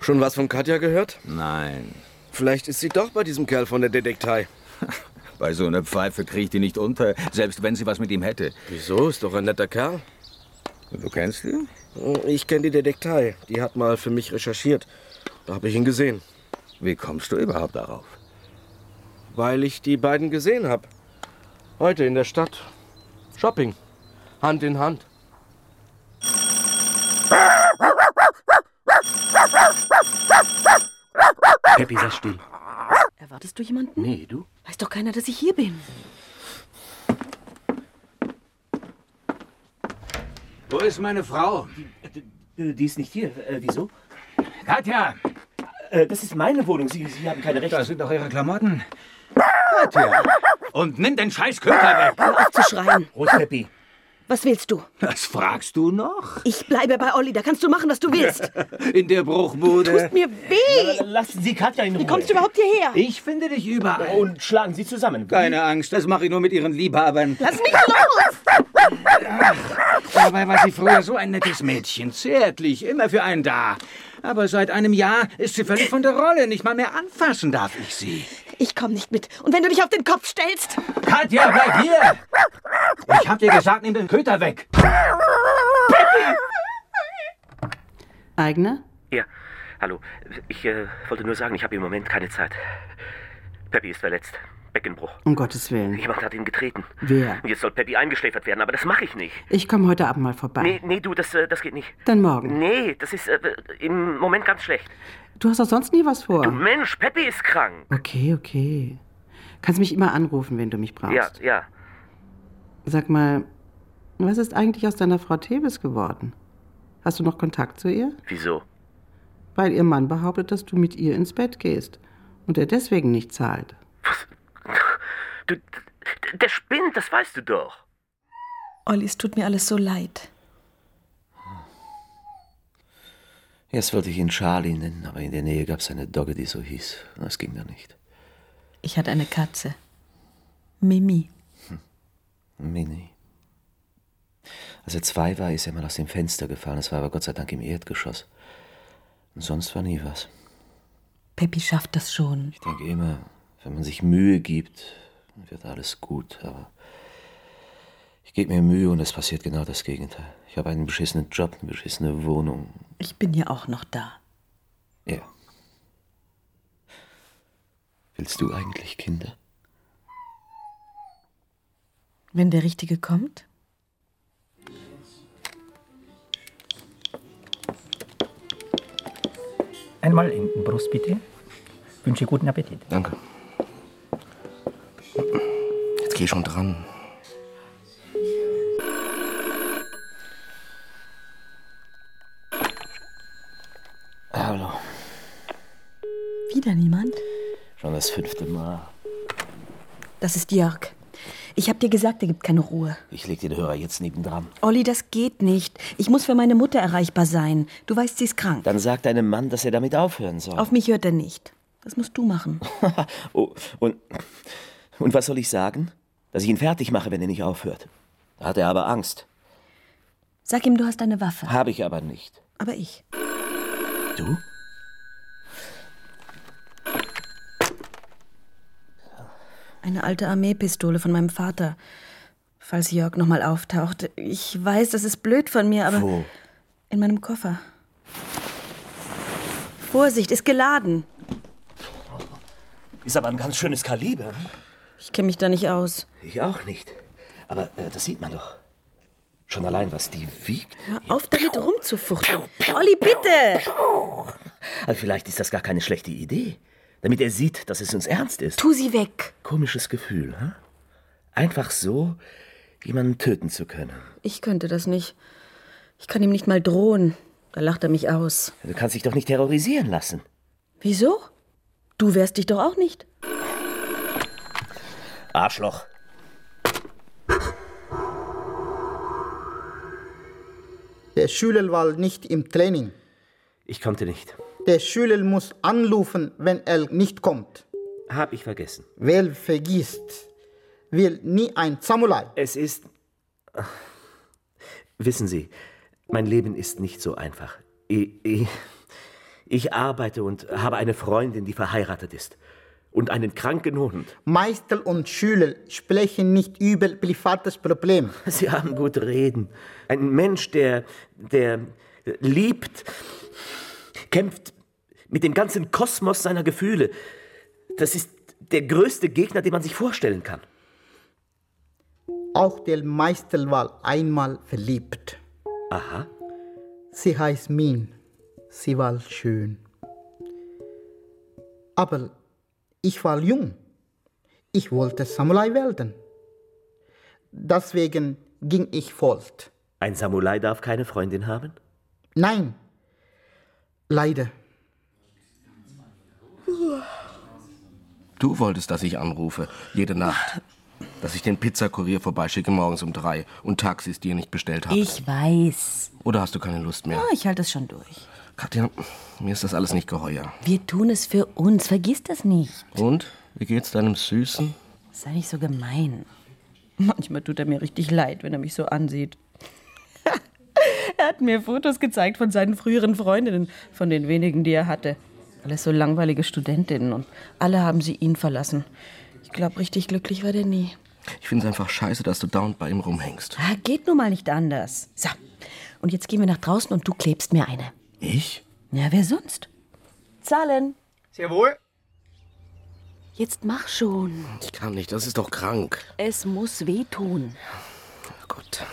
Speaker 8: Schon was von Katja gehört?
Speaker 7: Nein.
Speaker 8: Vielleicht ist sie doch bei diesem Kerl von der Detektei.
Speaker 7: Bei so einer Pfeife kriege ich die nicht unter, selbst wenn sie was mit ihm hätte.
Speaker 8: Wieso? Ist doch ein netter Kerl.
Speaker 7: Du kennst ihn?
Speaker 8: Ich kenne die Detektei. Die hat mal für mich recherchiert. Da habe ich ihn gesehen.
Speaker 7: Wie kommst du überhaupt darauf?
Speaker 8: Weil ich die beiden gesehen habe. Heute in der Stadt. Shopping. Hand in Hand.
Speaker 3: Peppi, sei still.
Speaker 6: Erwartest du jemanden?
Speaker 3: Nee, du?
Speaker 6: Weiß doch keiner, dass ich hier bin.
Speaker 7: Wo ist meine Frau?
Speaker 2: äh, Die ist nicht hier. Äh, wieso?
Speaker 7: Katja!
Speaker 2: Äh, das ist meine Wohnung. Sie, Sie haben keine Rechte.
Speaker 7: Da sind doch Ihre Klamotten. Katja! Und nimm den scheiß Köter weg!
Speaker 18: Hör auf zu schreien.
Speaker 2: Prost, Peppi.
Speaker 18: Was willst du?
Speaker 7: Das fragst du noch?
Speaker 18: Ich bleibe bei Olli, da kannst du machen, was du willst.
Speaker 7: In der Bruchbude.
Speaker 18: Tust mir weh.
Speaker 2: Lassen Sie Katja in Ruhe.
Speaker 18: Wie kommst du überhaupt hierher?
Speaker 7: Ich finde dich überall.
Speaker 2: Und schlagen Sie zusammen.
Speaker 7: Keine Angst, das mache ich nur mit ihren Liebhabern.
Speaker 18: Lass mich los!
Speaker 7: Dabei war sie früher so ein nettes Mädchen, zärtlich, immer für einen da. Aber seit einem Jahr ist sie völlig von der Rolle, nicht mal mehr anfassen darf ich sie.
Speaker 18: Ich komm nicht mit. Und wenn du dich auf den Kopf stellst.
Speaker 7: Katja, bleib hier! Ich hab dir gesagt, nimm den Köter weg.
Speaker 5: Eigner?
Speaker 2: Ja, hallo. Ich äh, wollte nur sagen, ich habe im Moment keine Zeit. Peppi ist verletzt. Beckenbruch.
Speaker 5: Um Gottes Willen.
Speaker 2: Jemand hat ihn getreten.
Speaker 5: Wer?
Speaker 2: Und jetzt soll Peppi eingeschläfert werden, aber das mache ich nicht.
Speaker 5: Ich komme heute Abend mal vorbei.
Speaker 2: Nee, nee, du, das, äh, das geht nicht.
Speaker 5: Dann morgen.
Speaker 2: Nee, das ist äh, im Moment ganz schlecht.
Speaker 5: Du hast doch sonst nie was vor.
Speaker 2: Du Mensch, Peppi ist krank.
Speaker 5: Okay, okay. Kannst mich immer anrufen, wenn du mich brauchst.
Speaker 2: Ja, ja.
Speaker 5: Sag mal, was ist eigentlich aus deiner Frau Thebes geworden? Hast du noch Kontakt zu ihr?
Speaker 2: Wieso?
Speaker 5: Weil ihr Mann behauptet, dass du mit ihr ins Bett gehst und er deswegen nicht zahlt.
Speaker 2: Du, d- d- der spinnt, das weißt du doch.
Speaker 6: Olli, es tut mir alles so leid.
Speaker 3: Erst wollte ich ihn Charlie nennen, aber in der Nähe gab es eine Dogge, die so hieß. Das ging dann nicht.
Speaker 6: Ich hatte eine Katze. Mimi.
Speaker 3: Mini. Als er zwei war, ist er mal aus dem Fenster gefallen. Das war aber Gott sei Dank im Erdgeschoss. Und sonst war nie was.
Speaker 6: Peppi schafft das schon.
Speaker 3: Ich denke immer, wenn man sich Mühe gibt, wird alles gut. Aber ich gebe mir Mühe und es passiert genau das Gegenteil. Ich habe einen beschissenen Job, eine beschissene Wohnung.
Speaker 6: Ich bin ja auch noch da.
Speaker 3: Ja. Willst du eigentlich Kinder?
Speaker 6: Wenn der Richtige kommt?
Speaker 17: Einmal Entenbrust, bitte. Wünsche guten Appetit.
Speaker 8: Danke. Jetzt geh schon dran.
Speaker 3: Hallo.
Speaker 6: Wieder niemand?
Speaker 3: Schon das fünfte Mal.
Speaker 6: Das ist Jörg. Ich hab dir gesagt, er gibt keine Ruhe.
Speaker 3: Ich leg den Hörer jetzt nebendran.
Speaker 6: Olli, das geht nicht. Ich muss für meine Mutter erreichbar sein. Du weißt, sie ist krank.
Speaker 3: Dann sagt deinem Mann, dass er damit aufhören soll.
Speaker 6: Auf mich hört er nicht.
Speaker 8: Das musst du machen.
Speaker 3: Oh, und, und was soll ich sagen? Dass ich ihn fertig mache, wenn er nicht aufhört. Da hat er aber Angst.
Speaker 8: Sag ihm, du hast eine Waffe.
Speaker 3: Habe ich aber nicht.
Speaker 8: Aber ich.
Speaker 3: Du?
Speaker 8: Eine alte Armeepistole von meinem Vater. Falls Jörg nochmal auftaucht. Ich weiß, das ist blöd von mir, aber.
Speaker 3: Wo?
Speaker 8: In meinem Koffer. Vorsicht, ist geladen.
Speaker 3: Ist aber ein ganz schönes Kaliber.
Speaker 8: Ich kenne mich da nicht aus.
Speaker 3: Ich auch nicht. Aber äh, das sieht man doch. Schon allein, was die wiegt.
Speaker 8: Hör auf, damit rumzufuchteln. Olli, bitte!
Speaker 3: Oh. Aber Also vielleicht ist das gar keine schlechte Idee. Damit er sieht, dass es uns ernst ist.
Speaker 8: Tu sie weg.
Speaker 3: Komisches Gefühl, hm? Einfach so, jemanden töten zu können.
Speaker 8: Ich könnte das nicht. Ich kann ihm nicht mal drohen. Da lacht er mich aus.
Speaker 3: Du kannst dich doch nicht terrorisieren lassen.
Speaker 8: Wieso? Du wehrst dich doch auch nicht.
Speaker 3: Arschloch.
Speaker 4: Der Schüler war nicht im Training.
Speaker 3: Ich konnte nicht.
Speaker 4: Der Schüler muss anrufen, wenn er nicht kommt.
Speaker 3: Hab ich vergessen.
Speaker 4: Wer vergisst, will nie ein Samurai.
Speaker 3: Es ist. Wissen Sie, mein Leben ist nicht so einfach. Ich, ich, ich arbeite und habe eine Freundin, die verheiratet ist. Und einen kranken Hund.
Speaker 4: Meister und Schüler sprechen nicht über privates Problem.
Speaker 3: Sie haben gut reden. Ein Mensch, der, der liebt, kämpft mit dem ganzen Kosmos seiner Gefühle. Das ist der größte Gegner, den man sich vorstellen kann.
Speaker 4: Auch der Meister war einmal verliebt.
Speaker 3: Aha.
Speaker 4: Sie heißt Min. Sie war schön. Aber ich war jung. Ich wollte Samurai werden. Deswegen ging ich fort.
Speaker 3: Ein Samurai darf keine Freundin haben?
Speaker 4: Nein. Leider.
Speaker 7: Du wolltest, dass ich anrufe, jede Nacht. Dass ich den Pizzakurier vorbeischicke morgens um drei und Taxis, die ihr nicht bestellt habt.
Speaker 8: Ich weiß.
Speaker 7: Oder hast du keine Lust mehr?
Speaker 8: Ja, Ah, ich halte es schon durch.
Speaker 7: Katja, mir ist das alles nicht geheuer.
Speaker 8: Wir tun es für uns. Vergiss das nicht.
Speaker 7: Und? Wie geht's deinem Süßen?
Speaker 8: Sei nicht so gemein. Manchmal tut er mir richtig leid, wenn er mich so ansieht. er hat mir Fotos gezeigt von seinen früheren Freundinnen, von den wenigen, die er hatte. Alles so langweilige Studentinnen und alle haben sie ihn verlassen. Ich glaube, richtig glücklich war der nie.
Speaker 7: Ich find's einfach scheiße, dass du dauernd bei ihm rumhängst.
Speaker 8: Ah, geht nun mal nicht anders. So, und jetzt gehen wir nach draußen und du klebst mir eine.
Speaker 7: Ich?
Speaker 8: Ja, wer sonst? Zahlen.
Speaker 19: Sehr wohl.
Speaker 8: Jetzt mach schon.
Speaker 7: Ich kann nicht, das ist doch krank. Oh
Speaker 8: Es muss wehtun.
Speaker 7: Gut.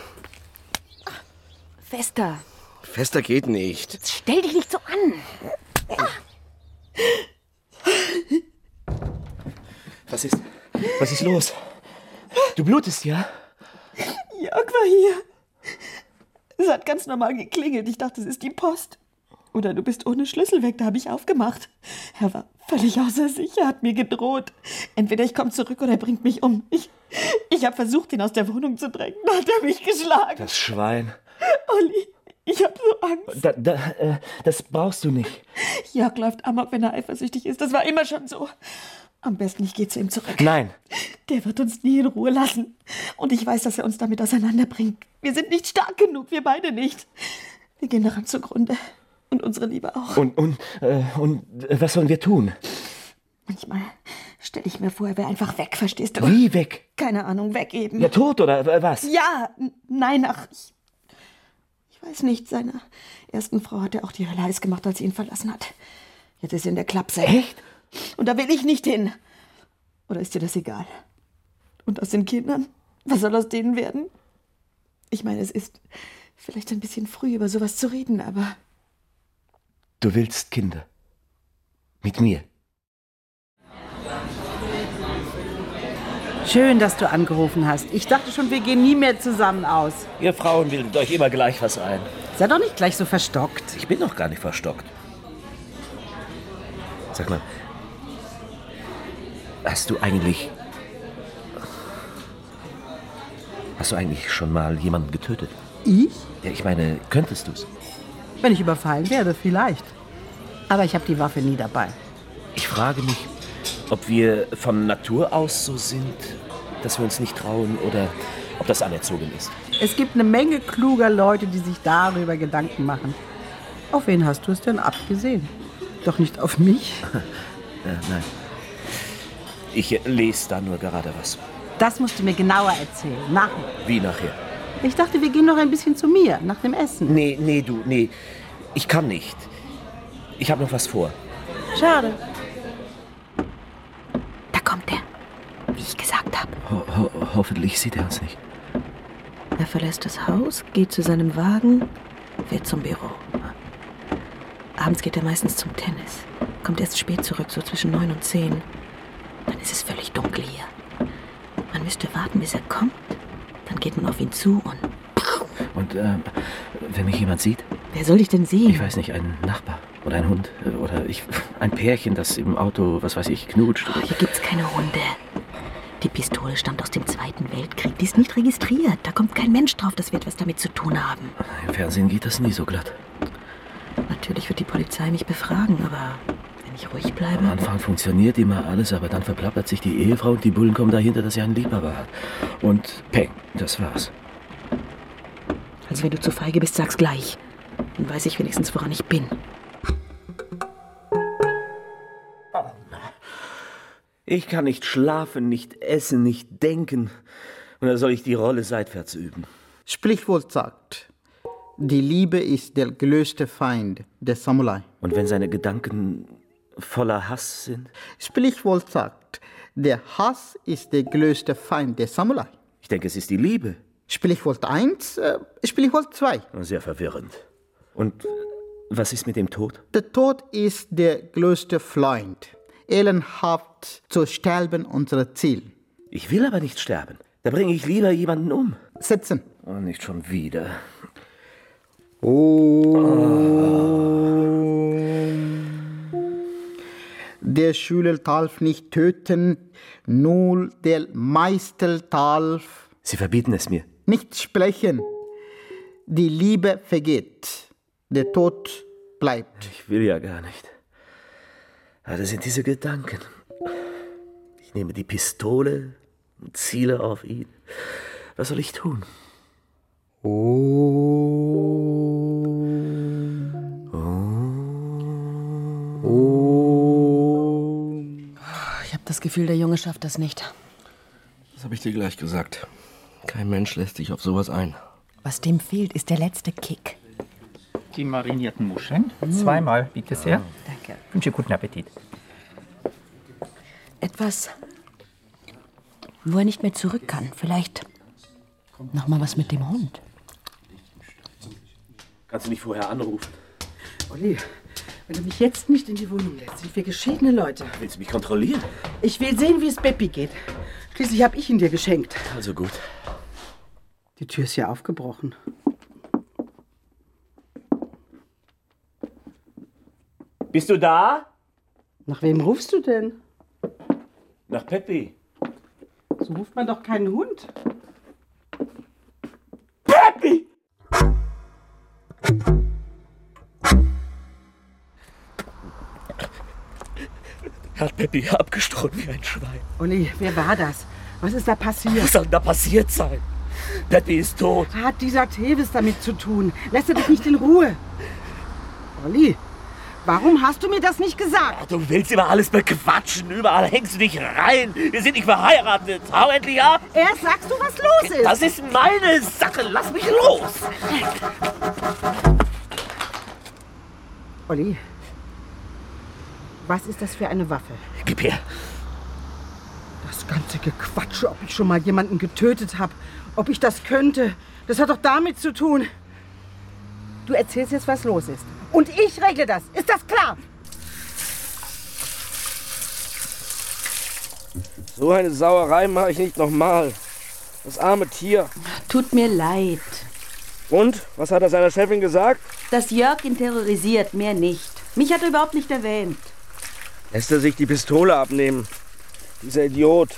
Speaker 8: Fester.
Speaker 7: Fester geht nicht.
Speaker 8: Jetzt stell dich nicht so an.
Speaker 3: Was ist. Was ist los? Du blutest, ja?
Speaker 20: Jörg war hier. Es hat ganz normal geklingelt. Ich dachte, es ist die Post. Oder du bist ohne Schlüssel weg, da habe ich aufgemacht. Er war völlig außer sich, er hat mir gedroht. Entweder ich komme zurück oder er bringt mich um. Ich, ich habe versucht, ihn aus der Wohnung zu drängen, da hat er mich geschlagen.
Speaker 3: Das Schwein.
Speaker 20: Olli, ich habe so Angst.
Speaker 3: Da, da, äh, das brauchst du nicht.
Speaker 20: Jörg läuft amok, wenn er eifersüchtig ist, das war immer schon so. Am besten, ich gehe zu ihm zurück.
Speaker 3: Nein.
Speaker 20: Der wird uns nie in Ruhe lassen. Und ich weiß, dass er uns damit auseinanderbringt. Wir sind nicht stark genug, wir beide nicht. Wir gehen daran zugrunde. Und unsere Liebe auch.
Speaker 3: Und, und, äh, und äh, was sollen wir tun?
Speaker 20: Manchmal stelle ich mir vor, er wäre einfach weg, verstehst du?
Speaker 3: Wie weg?
Speaker 20: Keine Ahnung, weg eben.
Speaker 3: Ja, tot oder äh, was?
Speaker 20: Ja, n- nein, ach, ich, ich weiß nicht. Seiner ersten Frau hat er auch die Hölle heiß gemacht, als sie ihn verlassen hat. Jetzt ist er in der Klapse.
Speaker 3: Echt?
Speaker 20: Und da will ich nicht hin. Oder ist dir das egal? Und aus den Kindern? Was soll aus denen werden? Ich meine, es ist vielleicht ein bisschen früh, über sowas zu reden, aber
Speaker 3: Du willst Kinder. Mit mir.
Speaker 21: Schön, dass du angerufen hast. Ich dachte schon, wir gehen nie mehr zusammen aus.
Speaker 3: Ihr Frauen bildet euch immer gleich was ein.
Speaker 21: Sei doch nicht gleich so verstockt.
Speaker 3: Ich bin doch gar nicht verstockt. Sag mal, hast du eigentlich. Hast du eigentlich schon mal jemanden getötet?
Speaker 21: Ich?
Speaker 3: Ja, ich meine, könntest du's?
Speaker 21: Wenn ich überfallen werde, vielleicht. Aber ich habe die Waffe nie dabei.
Speaker 3: Ich frage mich, ob wir von Natur aus so sind, dass wir uns nicht trauen oder ob das anerzogen ist.
Speaker 5: Es gibt eine Menge kluger Leute, die sich darüber Gedanken machen. Auf wen hast du es denn abgesehen? Doch nicht auf mich.
Speaker 3: Äh, nein. Ich äh, lese da nur gerade was.
Speaker 5: Das musst du mir genauer erzählen. Nachher.
Speaker 3: Wie nachher?
Speaker 5: Ich dachte, wir gehen noch ein bisschen zu mir, nach dem Essen.
Speaker 3: Nee, nee, du, nee. Ich kann nicht. Ich habe noch was vor.
Speaker 5: Schade.
Speaker 22: Da kommt er. Wie ich gesagt habe.
Speaker 3: Ho ho hoffentlich sieht er uns nicht.
Speaker 8: Er verlässt das Haus, geht zu seinem Wagen, fährt zum Büro. Abends geht er meistens zum Tennis. Kommt erst spät zurück, so zwischen neun und zehn. Dann ist es völlig dunkel hier. Man müsste warten, bis er kommt. Dann geht man auf ihn zu und
Speaker 3: Und ähm, wenn mich jemand sieht?
Speaker 8: Wer soll dich denn sehen?
Speaker 3: Ich weiß nicht, ein Nachbar oder ein Hund äh, oder ich, ein Pärchen, das im Auto, was weiß ich, knutscht.
Speaker 8: Oh, hier gibt's keine Hunde. Die Pistole stammt aus dem Zweiten Weltkrieg. Die ist nicht registriert. Da kommt kein Mensch drauf, dass wir etwas damit zu tun haben.
Speaker 3: Im Fernsehen geht das nie so glatt.
Speaker 8: Natürlich wird die Polizei mich befragen, aber wenn ich ruhig
Speaker 3: Am
Speaker 8: bleibe.
Speaker 3: Anfang funktioniert immer alles, aber dann verplappert sich die Ehefrau und die Bullen kommen dahinter, dass sie einen Liebhaber hat. Und peng, das war's.
Speaker 8: Also wenn du zu feige bist, sag's gleich. Dann weiß ich wenigstens, woran ich bin.
Speaker 3: Ich kann nicht schlafen, nicht essen, nicht denken. Und da soll ich die Rolle seitwärts üben.
Speaker 4: Sprichwort sagt, die Liebe ist der größte Feind des Samurai.
Speaker 3: Und wenn seine Gedanken voller Hass sind?
Speaker 4: Sprichwort sagt, der Hass ist der größte Feind des Samurai.
Speaker 3: Ich denke, es ist die Liebe.
Speaker 4: Sprichwort 1, äh, Sprichwort 2.
Speaker 3: Sehr verwirrend. Und was ist mit dem Tod?
Speaker 4: Der Tod ist der größte Freund. Ehrenhaft zu sterben unser Ziel.
Speaker 3: Ich will aber nicht sterben. Da bringe ich lieber jemanden um.
Speaker 4: Sitzen.
Speaker 3: Oh, nicht schon wieder.
Speaker 4: Der Schüler darf nicht töten, nur der Meister darf
Speaker 3: Sie verbieten es mir.
Speaker 4: nicht sprechen. Die Liebe vergeht, der Tod bleibt.
Speaker 3: Ich will ja gar nicht. Aber das sind diese Gedanken. Ich nehme die Pistole und ziele auf ihn. Was soll ich tun?
Speaker 8: Ich habe das Gefühl, der Junge schafft das nicht.
Speaker 7: Das habe ich dir gleich gesagt. Kein Mensch lässt sich auf sowas ein.
Speaker 8: Was dem fehlt, ist der letzte Kick.
Speaker 23: Die marinierten Muscheln. Hm. Zweimal, bitte sehr.
Speaker 8: Danke.
Speaker 23: Wünsche guten Appetit.
Speaker 8: Etwas, wo er nicht mehr zurück kann. Vielleicht noch mal was mit dem Hund.
Speaker 3: Kannst du mich vorher anrufen?
Speaker 5: Olli, wenn du mich jetzt nicht in die Wohnung lässt, sind wir geschiedene Leute.
Speaker 3: Willst du mich kontrollieren?
Speaker 5: Ich will sehen, wie es Beppi geht. Schließlich habe ich ihn dir geschenkt.
Speaker 3: Also gut.
Speaker 5: Die Tür ist ja aufgebrochen.
Speaker 3: Bist du da?
Speaker 5: Nach wem rufst du denn?
Speaker 3: Nach Peppi.
Speaker 5: So ruft man doch keinen Hund.
Speaker 3: Peppi! Hat Peppi abgestochen wie ein Schwein.
Speaker 5: Olli, wer war das? Was ist da passiert?
Speaker 3: Was soll denn da passiert sein? Peppi ist tot.
Speaker 5: Hat dieser Tevis damit zu tun? Lässt er dich nicht in Ruhe? Olli, warum hast du mir das nicht gesagt?
Speaker 3: Du willst immer alles bequatschen. Überall hängst du dich rein. Wir sind nicht verheiratet. Hau endlich ab.
Speaker 5: Erst sagst du, was los ist.
Speaker 3: Das ist meine Sache. Lass mich los.
Speaker 5: Olli, was ist das für eine Waffe?
Speaker 3: Gib her.
Speaker 5: Das ganze Gequatsche, ob ich schon mal jemanden getötet habe, ob ich das könnte, das hat doch damit zu tun. Du erzählst jetzt, was los ist. Und ich regle das. Ist das klar?
Speaker 7: So eine Sauerei mache ich nicht nochmal. Das arme Tier.
Speaker 8: Tut mir leid,
Speaker 7: Und? Was hat er seiner Chefin gesagt?
Speaker 8: dass Jörg ihn terrorisiert, mehr nicht. Mich hat er überhaupt nicht erwähnt.
Speaker 7: Lässt er sich die Pistole abnehmen. Dieser Idiot.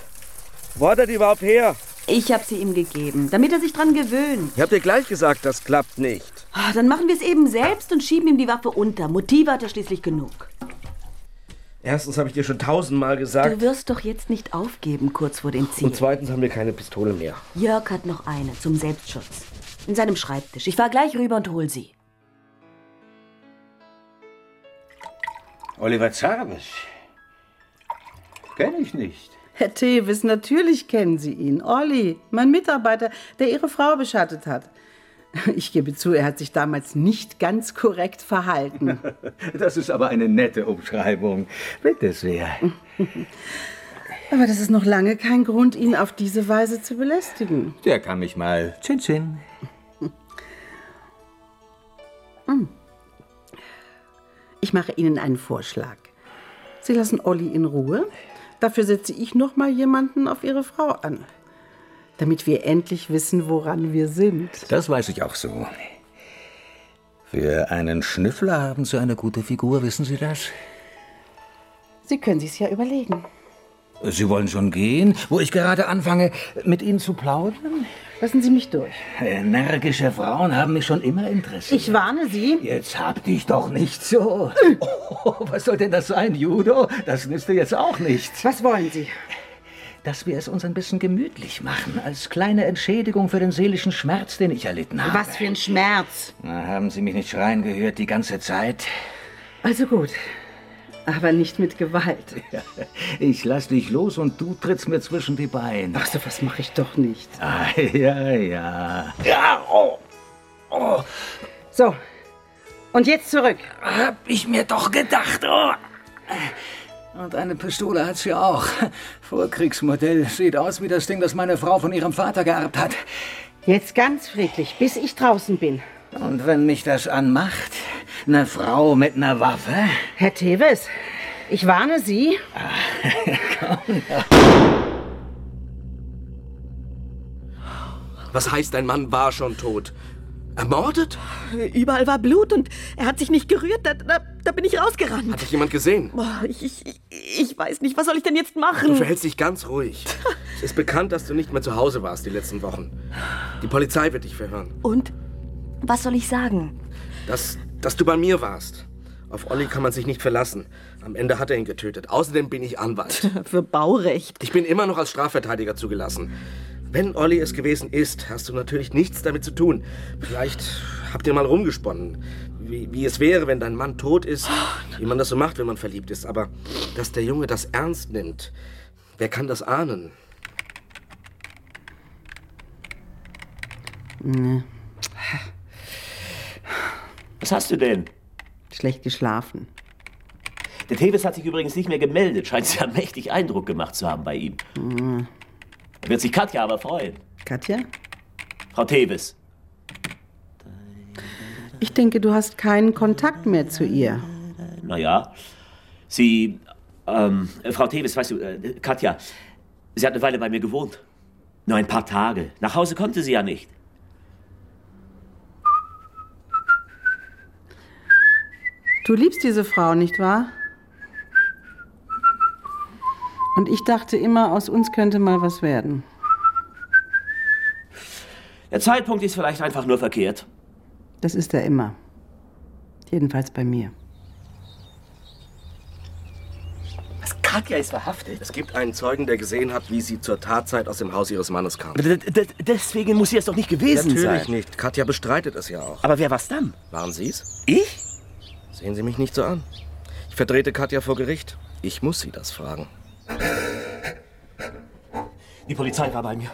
Speaker 7: Wo hat er die überhaupt her?
Speaker 8: Ich habe sie ihm gegeben, damit er sich dran gewöhnt.
Speaker 7: Ich hab dir gleich gesagt, das klappt nicht.
Speaker 8: Ah, Dann machen wir es eben selbst und schieben ihm die Waffe unter. Motive hat er schließlich genug.
Speaker 24: Erstens habe ich dir schon tausendmal gesagt.
Speaker 6: Du wirst doch jetzt nicht aufgeben kurz vor dem Ziel.
Speaker 24: Und zweitens haben wir keine Pistole mehr.
Speaker 6: Jörg hat noch eine zum Selbstschutz. In seinem Schreibtisch. Ich fahr gleich rüber und hol sie.
Speaker 7: Oliver Zarbisch. Kenne ich nicht.
Speaker 5: Herr Tevis, natürlich kennen Sie ihn. Olli, mein Mitarbeiter, der Ihre Frau beschattet hat. Ich gebe zu, er hat sich damals nicht ganz korrekt verhalten.
Speaker 7: Das ist aber eine nette Umschreibung. Bitte sehr.
Speaker 5: Aber das ist noch lange kein Grund, ihn auf diese Weise zu belästigen.
Speaker 7: Der kann mich mal. Tschin, tschin.
Speaker 5: Ich mache Ihnen einen Vorschlag. Sie lassen Olli in Ruhe. Dafür setze ich noch mal jemanden auf Ihre Frau an. Damit wir endlich wissen, woran wir sind.
Speaker 7: Das weiß ich auch so. Für einen Schnüffler haben Sie eine gute Figur, wissen Sie das?
Speaker 5: Sie können sich's ja überlegen.
Speaker 7: Sie wollen schon gehen, wo ich gerade anfange, mit Ihnen zu plaudern?
Speaker 5: Lassen Sie mich durch.
Speaker 7: Energische Äh, Frauen haben mich schon immer interessiert.
Speaker 5: Ich warne Sie.
Speaker 7: Jetzt hab dich doch nicht so.
Speaker 24: Äh.
Speaker 7: Oh, was soll denn das sein, Judo? Das nützt dir jetzt auch nicht.
Speaker 5: Was wollen Sie?
Speaker 7: Dass wir es uns ein bisschen gemütlich machen, als kleine Entschädigung für den seelischen Schmerz, den ich erlitten habe.
Speaker 5: Was für ein Schmerz.
Speaker 7: Na, haben Sie mich nicht schreien gehört die ganze Zeit?
Speaker 5: Also gut. Aber nicht mit Gewalt.
Speaker 7: Ich lass dich los und du trittst mir zwischen die Beine.
Speaker 5: Ach, so was mache ich doch nicht.
Speaker 7: Ah, ja, ja. Ja, oh. oh.
Speaker 5: So. Und jetzt zurück.
Speaker 7: Hab ich mir doch gedacht. Oh. Und eine Pistole hat sie auch. Vorkriegsmodell. Sieht aus wie das Ding, das meine Frau von ihrem Vater geerbt hat.
Speaker 5: Jetzt ganz friedlich, bis ich draußen bin.
Speaker 7: Und wenn mich das anmacht, eine Frau mit einer Waffe?
Speaker 5: Herr Teves, ich warne Sie.
Speaker 7: Komm, ja.
Speaker 25: Was heißt, ein Mann war schon tot? Ermordet?
Speaker 8: Überall war Blut und er hat sich nicht gerührt. Da, da, da bin ich rausgerannt.
Speaker 25: Hat dich jemand gesehen?
Speaker 8: Boah, ich, ich, ich weiß nicht, was soll ich denn jetzt
Speaker 25: Du
Speaker 8: machen?
Speaker 25: verhältst dich ganz ruhig. es ist bekannt, dass du nicht mehr zu Hause warst die letzten Wochen. Die Polizei wird dich verhören.
Speaker 8: Und? Was soll ich sagen?
Speaker 25: Dass, dass du bei mir warst. Auf Olli kann man sich nicht verlassen. Am Ende hat er ihn getötet. Außerdem bin ich Anwalt.
Speaker 8: Für Baurecht.
Speaker 25: Ich bin immer noch als Strafverteidiger zugelassen. Wenn Olli es gewesen ist, hast du natürlich nichts damit zu tun. Vielleicht habt ihr mal rumgesponnen, wie, wie es wäre, wenn dein Mann tot ist, wie man das so macht, wenn man verliebt ist. Aber dass der Junge das ernst nimmt, wer kann das ahnen?
Speaker 5: Nee,
Speaker 3: Was hast du denn?
Speaker 5: schlecht geschlafen.
Speaker 3: Der Tevis hat sich übrigens nicht mehr gemeldet. Scheint ja mächtig Eindruck gemacht zu haben bei ihm.
Speaker 5: Hm.
Speaker 3: Da wird sich Katja aber freuen.
Speaker 5: Katja?
Speaker 3: Frau Tevis.
Speaker 5: Ich denke, du hast keinen Kontakt mehr zu ihr.
Speaker 3: Naja, sie, ähm, äh, Frau Tevis, weißt du, äh, Katja, sie hat eine Weile bei mir gewohnt. Nur ein paar Tage. Nach Hause konnte sie ja nicht.
Speaker 5: Du liebst diese Frau, nicht wahr? Und ich dachte immer, aus uns könnte mal was werden.
Speaker 3: Der Zeitpunkt ist vielleicht einfach nur verkehrt.
Speaker 5: Das ist er immer. Jedenfalls bei mir.
Speaker 25: Was, Katja ist verhaftet? Es gibt einen Zeugen, der gesehen hat, wie sie zur Tatzeit aus dem Haus ihres Mannes kam.
Speaker 3: D- d- d- Deswegen muss sie das doch nicht gewesen
Speaker 25: Natürlich
Speaker 3: sein.
Speaker 25: nicht. Katja bestreitet es ja auch.
Speaker 3: Aber wer war's dann?
Speaker 25: Waren Sie's?
Speaker 3: Ich?
Speaker 25: Sehen Sie mich nicht so an. Ich vertrete Katja vor Gericht. Ich muss Sie das fragen.
Speaker 3: Die Polizei war bei mir.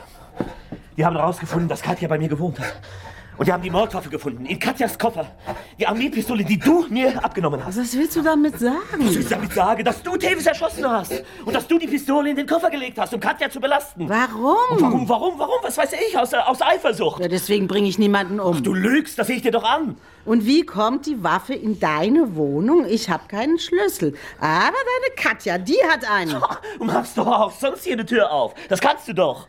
Speaker 3: Die haben herausgefunden, dass Katja bei mir gewohnt hat. Und die haben die Mordwaffe gefunden, in Katjas Koffer. Die Armeepistole, die du mir abgenommen hast.
Speaker 5: Was willst du damit
Speaker 3: Was
Speaker 5: sagen?
Speaker 3: ich damit sage, dass du Tevis erschossen hast. Und dass du die Pistole in den Koffer gelegt hast, um Katja zu belasten. Und warum,
Speaker 5: Warum?
Speaker 3: warum, warum? Was weiß ich? Aus, aus Eifersucht.
Speaker 5: Ja, deswegen bringe ich niemanden um.
Speaker 3: Du lügst, das sehe ich dir doch an.
Speaker 5: Und wie kommt die Waffe in deine Wohnung? Ich habe keinen Schlüssel. Aber deine Katja, die hat einen.
Speaker 3: Du machst doch auch sonst hier eine Tür auf. Das kannst du doch.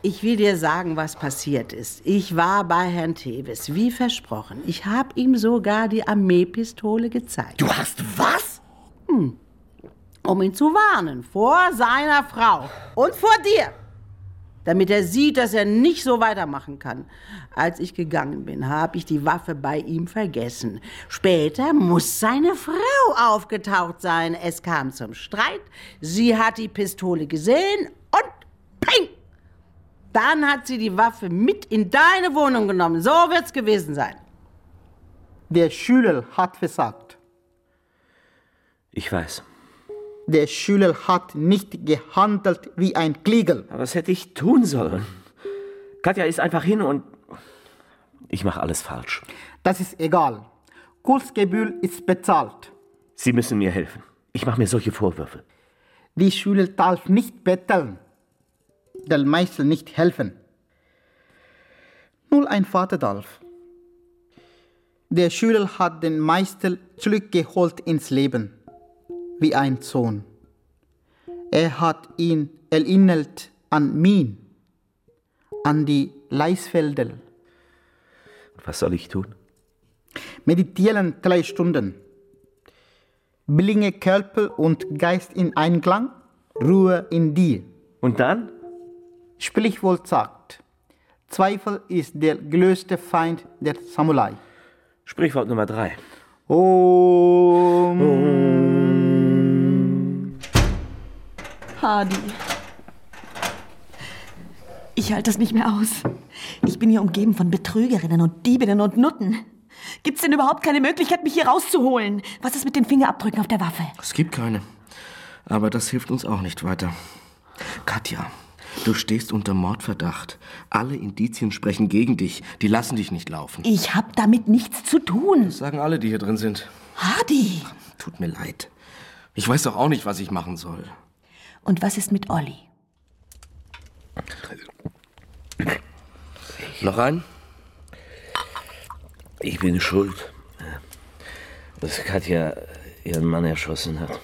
Speaker 5: Ich will dir sagen, was passiert ist. Ich war bei Herrn Tevis, wie versprochen. Ich habe ihm sogar die Armeepistole gezeigt.
Speaker 3: Du hast was?
Speaker 5: Hm. Um ihn zu warnen vor seiner Frau und vor dir. damit er sieht, dass er nicht so weitermachen kann. Als ich gegangen bin, habe ich die Waffe bei ihm vergessen. Später muss seine Frau aufgetaucht sein. Es kam zum Streit. Sie hat die Pistole gesehen und ping! Dann hat sie die Waffe mit in deine Wohnung genommen. So wird's gewesen sein.
Speaker 4: Der Schüler hat versagt.
Speaker 3: Ich weiß.
Speaker 4: Der Schüler hat nicht gehandelt wie ein Kliegel.
Speaker 3: Aber was hätte ich tun sollen? Katja ist einfach hin und ich mache alles falsch.
Speaker 4: Das ist egal. Kursgebühr ist bezahlt.
Speaker 3: Sie müssen mir helfen. Ich mache mir solche Vorwürfe.
Speaker 4: Die Schüler darf nicht betteln. Der Meister nicht helfen. Nur ein Vater darf. Der Schüler hat den Meister zurückgeholt ins Leben, wie ein Sohn. Er hat ihn erinnert an mich, an die Leisfelder.
Speaker 3: Was soll ich tun?
Speaker 4: Meditieren drei Stunden. Bringe Körper und Geist in Einklang, Ruhe in dir.
Speaker 3: Und dann?
Speaker 4: Sprichwort sagt, Zweifel ist der größte Feind der Samurai.
Speaker 3: Sprichwort Nummer drei.
Speaker 4: Om.
Speaker 8: Hardy. Ich halte das nicht mehr aus. Ich bin hier umgeben von Betrügerinnen und Diebinnen und Nutten. Gibt's denn überhaupt keine Möglichkeit, mich hier rauszuholen? Was ist mit den Fingerabdrücken auf der Waffe?
Speaker 7: Es gibt keine. Aber das hilft uns auch nicht weiter. Katja, du stehst unter Mordverdacht. Alle Indizien sprechen gegen dich. Die lassen dich nicht laufen.
Speaker 8: Ich hab damit nichts zu tun.
Speaker 7: Das sagen alle, die hier drin sind.
Speaker 8: Hardy!
Speaker 7: Tut mir leid. Ich weiß doch auch nicht, was ich machen soll.
Speaker 8: Und was ist mit Olli?
Speaker 7: Noch ein?
Speaker 3: Ich bin schuld, äh, dass Katja ihren Mann erschossen hat.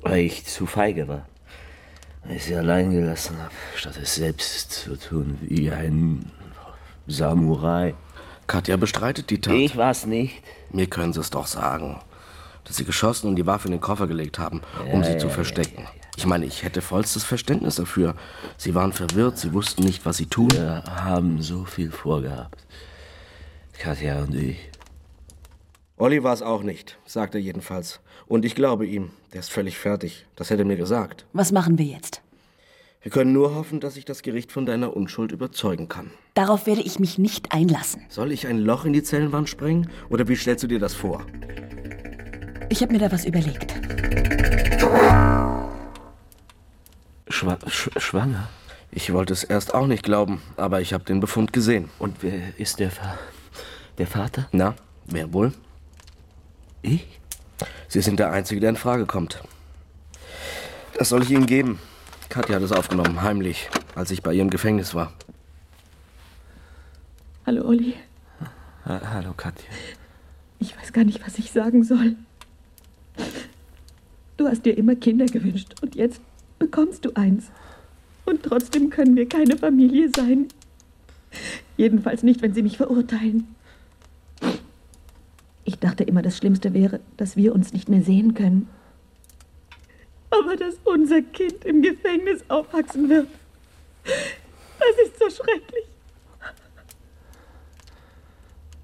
Speaker 3: Weil ich zu feige war. Weil ich sie allein gelassen habe, statt es selbst zu tun, wie ein Samurai.
Speaker 7: Katja bestreitet die Tat.
Speaker 3: Ich war's nicht.
Speaker 7: Mir können sie es doch sagen, dass sie geschossen und die Waffe in den Koffer gelegt haben, um
Speaker 3: Ja,
Speaker 7: sie
Speaker 3: ja,
Speaker 7: zu
Speaker 3: ja,
Speaker 7: verstecken. Ich meine, ich hätte vollstes Verständnis dafür. Sie waren verwirrt, sie wussten nicht, was sie tun.
Speaker 3: Wir haben so viel vorgehabt. Katja und ich.
Speaker 7: Olli war es auch nicht, sagt er jedenfalls. Und ich glaube ihm, der ist völlig fertig. Das hätte er mir gesagt.
Speaker 8: Was machen wir jetzt?
Speaker 7: Wir können nur hoffen, dass sich das Gericht von deiner Unschuld überzeugen kann.
Speaker 8: Darauf werde ich mich nicht einlassen.
Speaker 7: Soll ich ein Loch in die Zellenwand sprengen? Oder wie stellst du dir das vor?
Speaker 8: Ich habe mir da was überlegt.
Speaker 7: Schwa schwanger? Ich wollte es erst auch nicht glauben, aber ich habe den Befund gesehen.
Speaker 3: Und wer ist der, Fa der Vater?
Speaker 7: Na, wer wohl?
Speaker 3: Ich?
Speaker 7: Sie sind der Einzige, der in Frage kommt. Das soll ich Ihnen geben. Katja hat es aufgenommen, heimlich, als ich bei ihr im Gefängnis war.
Speaker 8: Hallo, Olli.
Speaker 3: Ha Hallo, Katja.
Speaker 8: Ich weiß gar nicht, was ich sagen soll. Du hast dir immer Kinder gewünscht und jetzt bekommst du eins. Und trotzdem können wir keine Familie sein. Jedenfalls nicht, wenn sie mich verurteilen. Ich dachte immer, das Schlimmste wäre, dass wir uns nicht mehr sehen können. Aber dass unser Kind im Gefängnis aufwachsen wird, das ist so schrecklich.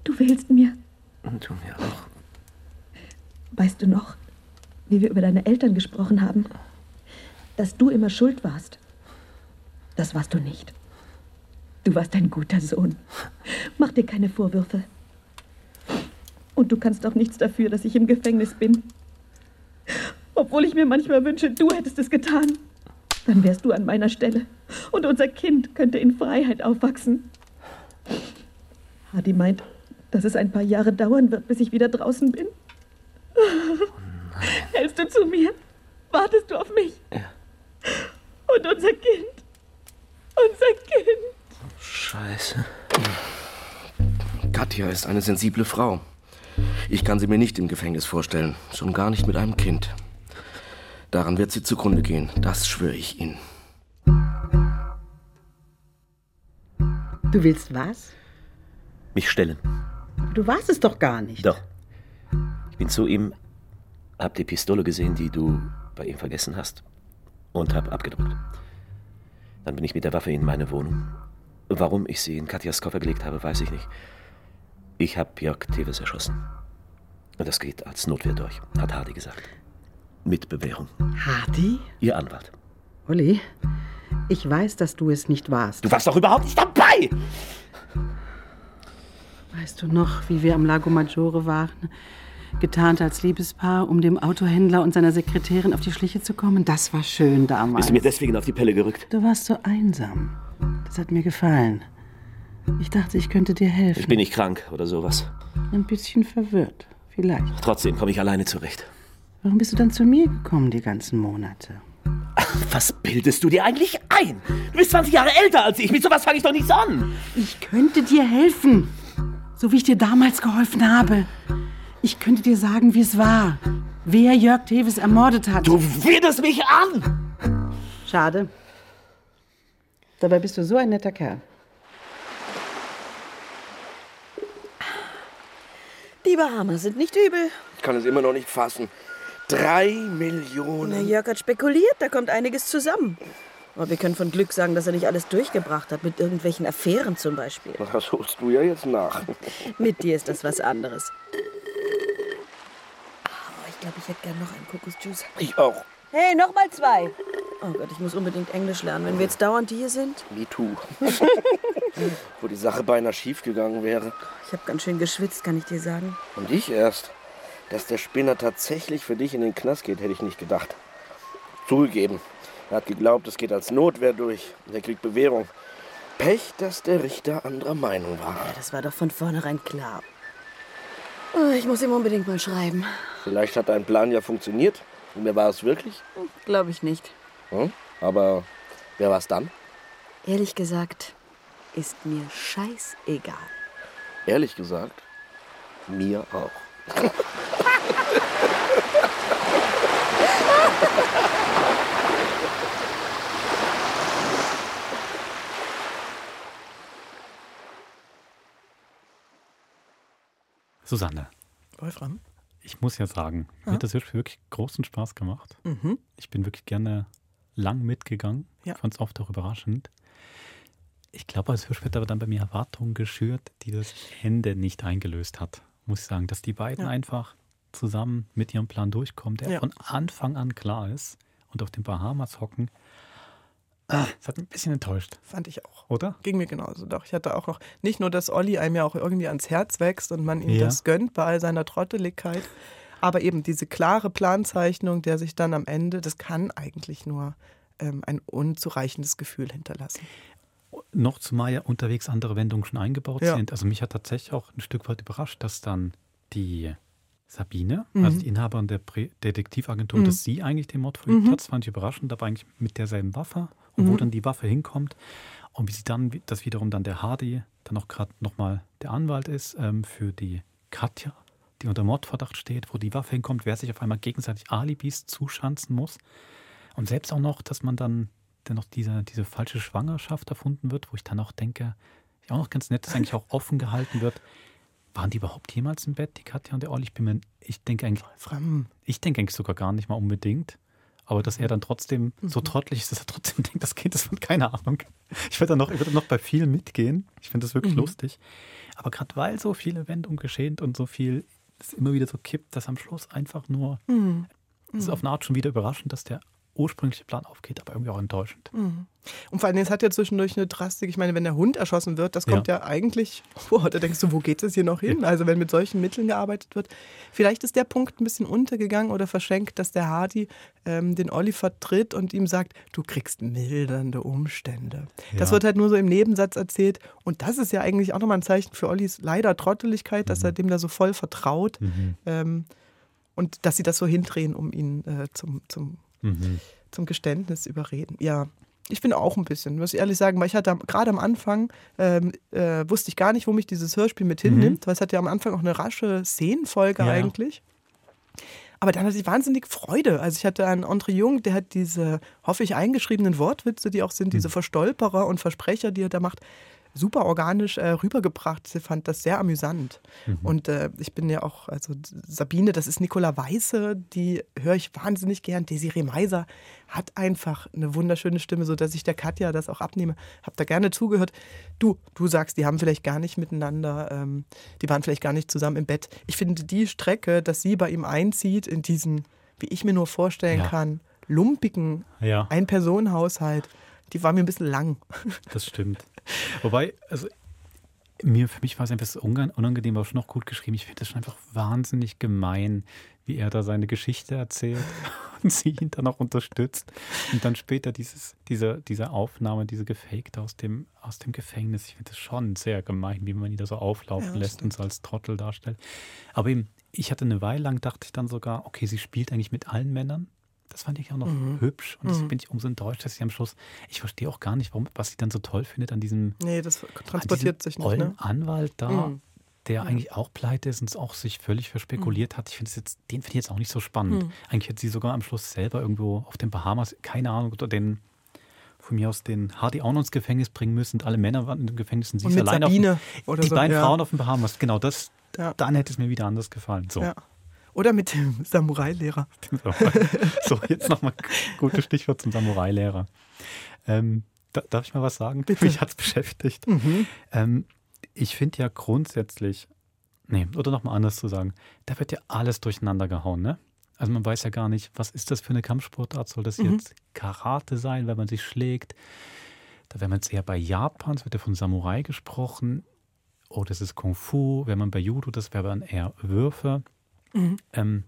Speaker 8: Du willst mir.
Speaker 3: Und du mir auch.
Speaker 8: Weißt du noch, wie wir über deine Eltern gesprochen haben? Dass du immer schuld warst. Das warst du nicht. Du warst ein guter Sohn. Mach dir keine Vorwürfe. Und du kannst auch nichts dafür, dass ich im Gefängnis bin. Obwohl ich mir manchmal wünsche, du hättest es getan. Dann wärst du an meiner Stelle. Und unser Kind könnte in Freiheit aufwachsen. Hadi meint, dass es ein paar Jahre dauern wird, bis ich wieder draußen bin. Hältst du zu mir? Wartest du auf mich?
Speaker 3: Ja.
Speaker 8: Und unser Kind. Unser Kind.
Speaker 3: Scheiße.
Speaker 7: Katja ist eine sensible Frau. Ich kann sie mir nicht im Gefängnis vorstellen, schon gar nicht mit einem Kind. Daran wird sie zugrunde gehen, das schwöre ich Ihnen.
Speaker 26: Du willst was?
Speaker 3: Mich stellen.
Speaker 26: Du warst es doch gar nicht.
Speaker 3: Doch. Ich bin zu ihm, hab die Pistole gesehen, die du bei ihm vergessen hast, und hab abgedrückt. Dann bin ich mit der Waffe in meine Wohnung. Warum ich sie in Katjas Koffer gelegt habe, weiß ich nicht. Ich habe Jörg Teves erschossen. Und das geht als Notwehr durch, hat Hardy gesagt. Mit Bewährung.
Speaker 5: Hardy?
Speaker 3: Ihr Anwalt.
Speaker 5: Olli, ich weiß, dass du es nicht warst.
Speaker 3: Du warst doch überhaupt nicht dabei!
Speaker 5: Weißt du noch, wie wir am Lago Maggiore waren? Getarnt als Liebespaar, um dem Autohändler und seiner Sekretärin auf die Schliche zu kommen? Das war schön damals.
Speaker 3: Bist du mir deswegen auf die Pelle gerückt?
Speaker 5: Du warst so einsam. Das hat mir gefallen. Ich dachte, ich könnte dir helfen.
Speaker 3: Ich bin nicht krank oder sowas.
Speaker 5: Ein bisschen verwirrt, vielleicht.
Speaker 3: Trotzdem komme ich alleine zurecht.
Speaker 5: Warum bist du dann zu mir gekommen die ganzen Monate?
Speaker 3: Was bildest du dir eigentlich ein? Du bist 20 Jahre älter als ich. Mit sowas fange ich doch nichts an.
Speaker 5: Ich könnte dir helfen. So wie ich dir damals geholfen habe. Ich könnte dir sagen, wie es war. Wer Jörg Teves ermordet hat.
Speaker 3: Du widest mich an!
Speaker 5: Schade. Dabei bist du so ein netter Kerl.
Speaker 8: Die Bahamas sind nicht übel.
Speaker 7: Ich kann es immer noch nicht fassen. Drei Millionen.
Speaker 8: Na, Jörg hat spekuliert, da kommt einiges zusammen. Aber wir können von Glück sagen, dass er nicht alles durchgebracht hat, mit irgendwelchen Affären zum Beispiel.
Speaker 7: Das holst du ja jetzt nach.
Speaker 8: Mit dir ist das was anderes. Oh, ich glaube, ich hätte gern noch einen Kokosjuice.
Speaker 7: Ich auch.
Speaker 8: Hey, nochmal zwei. Oh Gott, ich muss unbedingt Englisch lernen, wenn wir jetzt dauernd hier sind.
Speaker 7: Me too. Wo die Sache beinahe schief gegangen wäre.
Speaker 8: Ich habe ganz schön geschwitzt, kann ich dir sagen.
Speaker 7: Und ich erst. Dass der Spinner tatsächlich für dich in den Knast geht, hätte ich nicht gedacht. Zugegeben, er hat geglaubt, es geht als Notwehr durch. Der kriegt Bewährung. Pech, dass der Richter anderer Meinung war.
Speaker 8: Ja, das war doch von vornherein klar. Oh, ich muss ihm unbedingt mal schreiben.
Speaker 7: Vielleicht hat dein Plan ja funktioniert. Und wer war es wirklich?
Speaker 8: Glaube ich nicht.
Speaker 7: Hm? Aber wer war es dann?
Speaker 8: Ehrlich gesagt, ist mir scheißegal.
Speaker 7: Ehrlich gesagt, mir auch.
Speaker 1: Susanne,
Speaker 2: Wolfram?
Speaker 1: ich muss ja sagen, mir
Speaker 2: Ja.
Speaker 1: hat das Hörspiel wirklich großen Spaß gemacht.
Speaker 2: Ah. Mhm.
Speaker 1: Ich bin wirklich gerne lang mitgegangen.
Speaker 2: Ja.
Speaker 1: Fand es oft auch überraschend. Ich glaube, als Hörspiel hat aber dann bei mir Erwartungen geschürt, die das Ende nicht eingelöst hat. Muss ich sagen, dass die beiden
Speaker 2: Ja.
Speaker 1: einfach zusammen mit ihrem Plan durchkommen, der
Speaker 2: Ja.
Speaker 1: von Anfang an klar ist und auf den Bahamas hocken. Ah, Das hat mich ein bisschen enttäuscht.
Speaker 2: Fand ich auch.
Speaker 1: Oder?
Speaker 2: Ging mir genauso. Doch, ich hatte auch noch, nicht nur, dass Olli einem ja auch irgendwie ans Herz wächst und man ihm
Speaker 1: Ja.
Speaker 2: das gönnt bei all seiner Trotteligkeit, aber eben diese klare Planzeichnung, der sich dann am Ende, das kann eigentlich nur ähm, ein unzureichendes Gefühl hinterlassen.
Speaker 1: noch zumal ja unterwegs andere Wendungen schon eingebaut
Speaker 2: Ja.
Speaker 1: sind. Also mich hat tatsächlich auch ein Stück weit überrascht, dass dann die Sabine,
Speaker 2: Mhm.
Speaker 1: also die Inhaberin der Pre Detektivagentur,
Speaker 2: Mhm.
Speaker 1: dass sie eigentlich den Mord verübt
Speaker 2: Mhm.
Speaker 1: hat. Das fand ich überraschend, aber eigentlich mit derselben Waffe und wo
Speaker 2: Mhm.
Speaker 1: dann die Waffe hinkommt und wie sie dann, wie- dass wiederum dann der Hardy dann auch gerade nochmal der Anwalt ist ähm, für die Katja, die unter Mordverdacht steht, wo die Waffe hinkommt, wer sich auf einmal gegenseitig Alibis zuschanzen muss. Und selbst auch noch, dass man dann dann noch diese, diese falsche Schwangerschaft erfunden wird, wo ich dann auch denke, ja auch noch ganz nett, dass eigentlich auch offen gehalten wird. Waren die überhaupt jemals im Bett, die Katja und der Olli? Ich bin mir, ich denke eigentlich, ich denke eigentlich sogar gar nicht mal unbedingt. Aber dass er
Speaker 2: Mhm.
Speaker 1: dann trotzdem so trottelig ist, dass er trotzdem denkt, das Kind ist von keine Ahnung. Ich würde dann noch, ich würde noch bei viel mitgehen. Ich finde das wirklich
Speaker 2: Mhm.
Speaker 1: lustig. Aber gerade weil so viele Wendungen geschehen und so viel es immer wieder so kippt, dass am Schluss einfach nur
Speaker 2: Mhm.
Speaker 1: es ist auf eine Art schon wieder überraschend, dass der ursprüngliche Plan aufgeht, aber irgendwie auch enttäuschend.
Speaker 2: Mhm. Und vor allem, es hat ja zwischendurch eine Drastik. Ich meine, wenn der Hund erschossen wird, das
Speaker 1: Ja.
Speaker 2: kommt ja, eigentlich, boah, da denkst du, wo geht es hier noch hin? Also, wenn mit solchen Mitteln gearbeitet wird. Vielleicht ist der Punkt ein bisschen untergegangen oder verschenkt, dass der Hardy ähm, den Olli vertritt und ihm sagt, du kriegst mildernde Umstände. Das
Speaker 1: Ja.
Speaker 2: wird halt nur so im Nebensatz erzählt. Und das ist ja eigentlich auch nochmal ein Zeichen für Ollis leider Trotteligkeit, dass er dem da so voll vertraut.
Speaker 1: Mhm.
Speaker 2: Ähm, und dass sie das so hindrehen, um ihn äh, zum, zum
Speaker 1: Mhm.
Speaker 2: zum Geständnis überreden. Ja, ich bin auch ein bisschen, muss ich ehrlich sagen, weil ich hatte am- gerade am Anfang, ähm, äh, wusste ich gar nicht, wo mich dieses Hörspiel mit hinnimmt, weil es hat ja am Anfang auch eine rasche Szenenfolge
Speaker 19: Ja.
Speaker 2: eigentlich. Aber dann hatte ich wahnsinnig Freude. Also ich hatte einen André Jung, der hat diese, hoffe ich, eingeschriebenen Wortwitze, die auch sind, diese Verstolperer und Versprecher, die er da macht. super organisch äh, rübergebracht. Sie fand das sehr amüsant. Und äh, ich bin ja auch, also Sabine, das ist Nicola Weiße, die höre ich wahnsinnig gern. Desiree Meiser hat einfach eine wunderschöne Stimme, sodass ich der Katja das auch abnehme. Hab da gerne zugehört. Du, du sagst, die haben vielleicht gar nicht miteinander, ähm, die waren vielleicht gar nicht zusammen im Bett. Ich finde die Strecke, dass sie bei ihm einzieht in diesen, wie ich mir nur vorstellen
Speaker 1: Ja.
Speaker 2: kann, lumpigen
Speaker 1: Ja.
Speaker 2: Ein-Personen-Haushalt, die war mir ein bisschen lang.
Speaker 1: Das stimmt. Wobei, also mir, für mich war es einfach so unang- unangenehm, aber schon noch gut geschrieben. Ich finde das schon einfach wahnsinnig gemein, wie er da seine Geschichte erzählt und sie ihn dann auch unterstützt. Und dann später dieses, diese, diese Aufnahme, diese gefakte aus dem, aus dem Gefängnis. Ich finde das schon sehr gemein, wie man ihn da so auflaufen
Speaker 2: Ja, das
Speaker 1: lässt und so als Trottel darstellt. Aber eben, ich hatte eine Weile lang, dachte ich dann sogar, okay, sie spielt eigentlich mit allen Männern. Das fand ich auch noch
Speaker 2: Mhm.
Speaker 1: hübsch und das
Speaker 2: Mhm.
Speaker 1: bin ich umso enttäuscht, dass sie am Schluss, ich verstehe auch gar nicht, warum, was sie dann so toll findet an diesem
Speaker 2: Nee, das
Speaker 1: an
Speaker 2: transportiert
Speaker 1: diesem
Speaker 2: sich nicht.
Speaker 1: ollen
Speaker 2: Ne?
Speaker 1: Anwalt da,
Speaker 2: Mhm.
Speaker 1: der
Speaker 2: Ja.
Speaker 1: eigentlich auch pleite ist und es auch sich völlig verspekuliert hat. Ich finde es jetzt, den finde ich jetzt auch nicht so spannend.
Speaker 2: Mhm.
Speaker 1: Eigentlich hat sie sogar am Schluss selber irgendwo auf den Bahamas, keine Ahnung, oder den von mir aus den Hardy auch noch ins Gefängnis bringen müssen und alle Männer waren im Gefängnis und sie
Speaker 2: Und
Speaker 1: ist
Speaker 2: mit
Speaker 1: allein
Speaker 2: Sabine
Speaker 1: auf dem,
Speaker 2: oder
Speaker 1: die
Speaker 2: so,
Speaker 1: beiden
Speaker 2: ja.
Speaker 1: Frauen auf den Bahamas. Genau, das,
Speaker 2: Ja.
Speaker 1: dann hätte es mir wieder anders gefallen. So.
Speaker 2: Ja. Oder mit dem Samurai-Lehrer.
Speaker 1: So, jetzt nochmal gutes Stichwort zum Samurai-Lehrer. Ähm, da, darf ich mal was sagen? Mich hat es beschäftigt.
Speaker 2: Mhm.
Speaker 1: Ähm, ich finde ja grundsätzlich, nee, oder nochmal anders zu sagen, da wird ja alles durcheinander gehauen, ne? Also man weiß ja gar nicht, was ist das für eine Kampfsportart? Soll das
Speaker 2: Mhm.
Speaker 1: jetzt Karate sein, wenn man sich schlägt? Da wäre man jetzt eher bei Japan, es wird ja von Samurai gesprochen. Oh, das ist Kung Fu. Wenn man bei Judo, das wäre dann eher Würfe.
Speaker 2: Mhm.
Speaker 1: Ähm,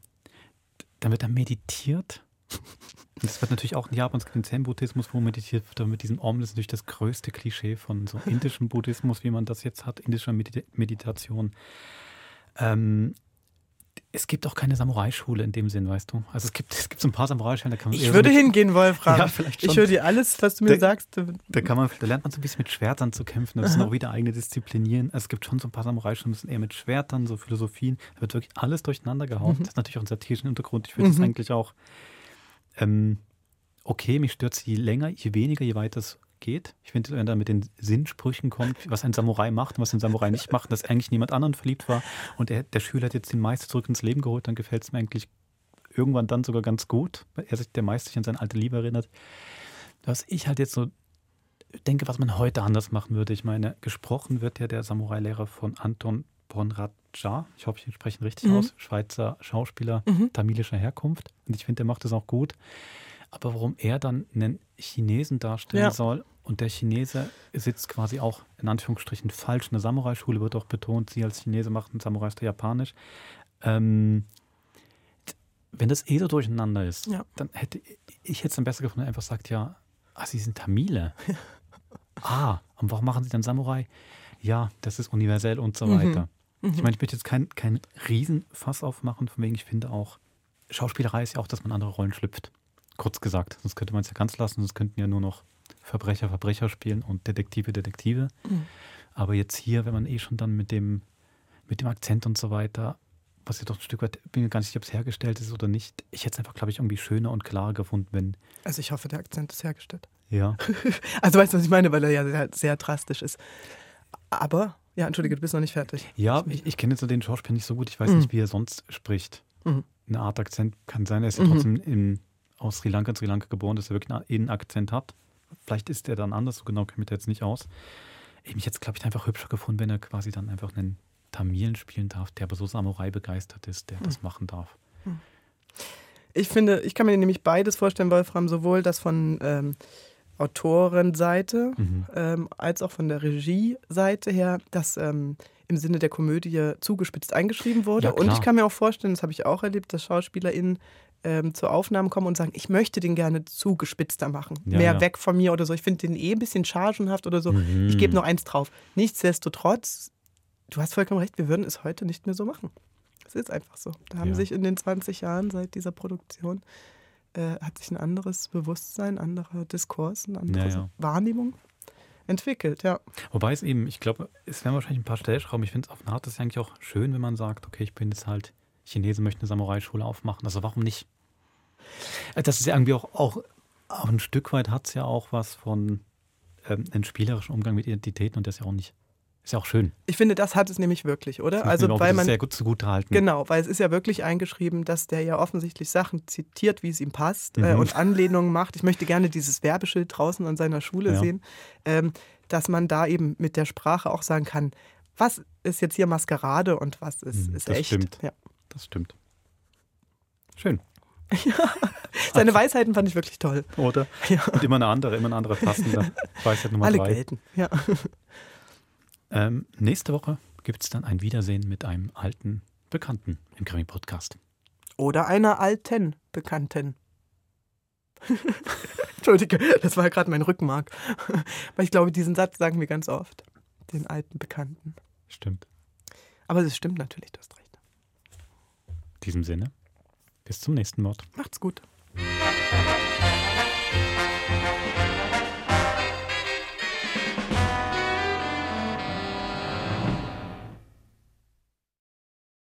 Speaker 1: d- dann wird da meditiert. Und das wird natürlich auch in Japan, es gibt den Zen-Buddhismus, wo meditiert wird, aber mit diesem Om, das ist natürlich das größte Klischee von so indischem Buddhismus, wie man das jetzt hat, indischer Medita Meditation. Ähm, es gibt auch keine Samurai-Schule in dem Sinn, weißt du? Also es gibt, es gibt so ein paar Samurai-Schulen, da kann man
Speaker 2: Ich
Speaker 1: eher
Speaker 2: würde
Speaker 1: so mit-
Speaker 2: hingehen, Wolfram.
Speaker 1: Ja, vielleicht schon.
Speaker 2: Ich höre dir alles, was du mir
Speaker 1: Da-
Speaker 2: sagst.
Speaker 1: Da, kann man, da lernt man so ein bisschen mit Schwertern zu kämpfen. Das sind
Speaker 2: Aha.
Speaker 1: auch wieder eigene Disziplinieren. Also es gibt schon so ein paar Samurai-Schulen, das sind eher mit Schwertern, so Philosophien. Da wird wirklich alles durcheinander gehauen.
Speaker 2: Mhm.
Speaker 1: Das hat natürlich auch einen satirischen Hintergrund. Ich finde es
Speaker 2: Mhm.
Speaker 1: eigentlich auch ähm, okay. Mich stört es je länger, je weniger, je weiter es geht. Ich finde, wenn da mit den Sinnsprüchen kommt, was ein Samurai macht und was ein Samurai nicht macht, dass eigentlich niemand anderen verliebt war und der, der Schüler hat jetzt den Meister zurück ins Leben geholt, dann gefällt es mir eigentlich irgendwann dann sogar ganz gut, weil er sich, der Meister sich an seine alte Liebe erinnert. Was ich halt jetzt so denke, was man heute anders machen würde. Ich meine, gesprochen wird ja der Samurai-Lehrer von Anton Bonraja. Ich hoffe, ich ihn spreche ihn richtig
Speaker 2: Mhm.
Speaker 1: aus. Schweizer Schauspieler
Speaker 2: Mhm.
Speaker 1: tamilischer Herkunft. Und ich finde, der macht das auch gut. Aber warum er dann einen Chinesen darstellen
Speaker 2: Ja.
Speaker 1: soll und der Chinese sitzt quasi auch in Anführungsstrichen falsch. Eine Samurai-Schule wird auch betont, sie als Chinese machten Samurai ist ja japanisch. Ähm, wenn das eh so durcheinander ist,
Speaker 2: Ja.
Speaker 1: dann hätte ich hätte es dann besser gefunden, wenn er einfach sagt, ja, ah, sie sind Tamile. ah, und warum machen sie dann Samurai? Ja, das ist universell und so
Speaker 2: Mhm.
Speaker 1: weiter.
Speaker 2: Mhm.
Speaker 1: Ich meine, ich möchte jetzt kein, kein Riesenfass aufmachen, von wegen ich finde auch, Schauspielerei ist ja auch, dass man andere Rollen schlüpft. Kurz gesagt, sonst könnte man es ja ganz lassen, sonst könnten ja nur noch Verbrecher Verbrecher spielen und Detektive Detektive.
Speaker 2: Mhm.
Speaker 1: Aber jetzt hier, wenn man eh schon dann mit dem, mit dem Akzent und so weiter, was ja doch ein Stück weit, bin mir gar nicht sicher, ob es hergestellt ist oder nicht. Ich hätte es einfach, glaube ich, irgendwie schöner und klarer gefunden, wenn,
Speaker 2: Also ich hoffe, der Akzent ist hergestellt.
Speaker 1: ja.
Speaker 2: Also weißt du, was ich meine, weil er ja sehr, sehr drastisch ist. Aber, ja, entschuldige, du bist noch nicht fertig.
Speaker 1: Ja, ich, ich kenne jetzt so den Schauspieler nicht so gut. Ich weiß
Speaker 2: Mhm.
Speaker 1: nicht, wie er sonst spricht.
Speaker 2: Mhm.
Speaker 1: Eine Art Akzent kann sein. Er ist ja
Speaker 2: Mhm.
Speaker 1: trotzdem in, aus Sri Lanka, in Sri Lanka geboren, dass er wirklich einen- einen Akzent hat. Vielleicht ist er dann anders, so genau kenne ich mich da jetzt nicht aus. Ich mich jetzt, glaube ich, einfach hübscher gefunden, wenn er quasi dann einfach einen Tamilen spielen darf, der aber so Samurai begeistert ist, der
Speaker 2: Mhm.
Speaker 1: das machen darf.
Speaker 2: Ich finde, ich kann mir nämlich beides vorstellen, Wolfram, sowohl das von ähm, Autorenseite
Speaker 1: Mhm.
Speaker 2: ähm, als auch von der Regie-Seite her, das ähm, im Sinne der Komödie zugespitzt eingeschrieben wurde.
Speaker 1: Ja,
Speaker 2: und
Speaker 1: klar.
Speaker 2: ich kann mir auch vorstellen, das habe ich auch erlebt, dass SchauspielerInnen ähm, zur Aufnahme kommen und sagen, ich möchte den gerne zugespitzter machen,
Speaker 1: Ja,
Speaker 2: mehr
Speaker 1: ja.
Speaker 2: weg von mir oder so. Ich finde den eh ein bisschen chargenhaft oder so.
Speaker 1: Mhm.
Speaker 2: Ich gebe nur eins drauf. Nichtsdestotrotz, du hast vollkommen recht, wir würden es heute nicht mehr so machen. Es ist einfach so. Da haben
Speaker 1: Ja.
Speaker 2: sich in den 20 Jahren seit dieser Produktion äh, hat sich ein anderes Bewusstsein, anderer Diskurs, eine andere
Speaker 1: Ja, ja.
Speaker 2: Wahrnehmung entwickelt, ja.
Speaker 1: Wobei es eben, ich glaube, es wären wahrscheinlich ein paar Stellschrauben. Ich finde es auf eine Art ist eigentlich auch schön, wenn man sagt, okay, ich bin jetzt halt Chinesen, möchte eine Samurai-Schule aufmachen. Also warum nicht? Äh, Das ist ja irgendwie auch, auch, auch ein Stück weit hat es ja auch was von ähm, einen spielerischen Umgang mit Identitäten und das ist ja auch nicht, ist ja auch schön.
Speaker 2: Ich finde, das hat es nämlich wirklich, oder? Also
Speaker 1: Das muss man ihm auch wirklich sehr gut zugutehalten.
Speaker 2: Genau, weil es ist ja wirklich eingeschrieben, dass der ja offensichtlich Sachen zitiert, wie es ihm passt äh,
Speaker 1: Mhm.
Speaker 2: und Anlehnungen macht. Ich möchte gerne dieses Werbeschild draußen an seiner Schule
Speaker 1: Ja.
Speaker 2: sehen, ähm, dass man da eben mit der Sprache auch sagen kann, was ist jetzt hier Maskerade und was ist,
Speaker 1: Mhm,
Speaker 2: ist
Speaker 1: das
Speaker 2: echt.
Speaker 1: stimmt.
Speaker 2: Ja.
Speaker 1: Das stimmt. Schön.
Speaker 2: Seine Weisheiten fand ich wirklich toll.
Speaker 1: Oder? Und immer eine andere, immer eine andere passende Weisheit Nummer
Speaker 2: Alle
Speaker 1: drei.
Speaker 2: gelten, ja.
Speaker 1: Ähm, nächste Woche gibt es dann ein Wiedersehen mit einem alten Bekannten im Krimi-Podcast.
Speaker 2: Oder einer alten Bekannten. Entschuldige, das war gerade mein Rückenmark. Weil ich glaube, diesen Satz sagen wir ganz oft. Den alten Bekannten.
Speaker 1: Stimmt.
Speaker 2: Aber das stimmt natürlich, du hast recht.
Speaker 1: In diesem Sinne, bis zum nächsten Mord.
Speaker 2: Macht's gut.
Speaker 16: Thank you.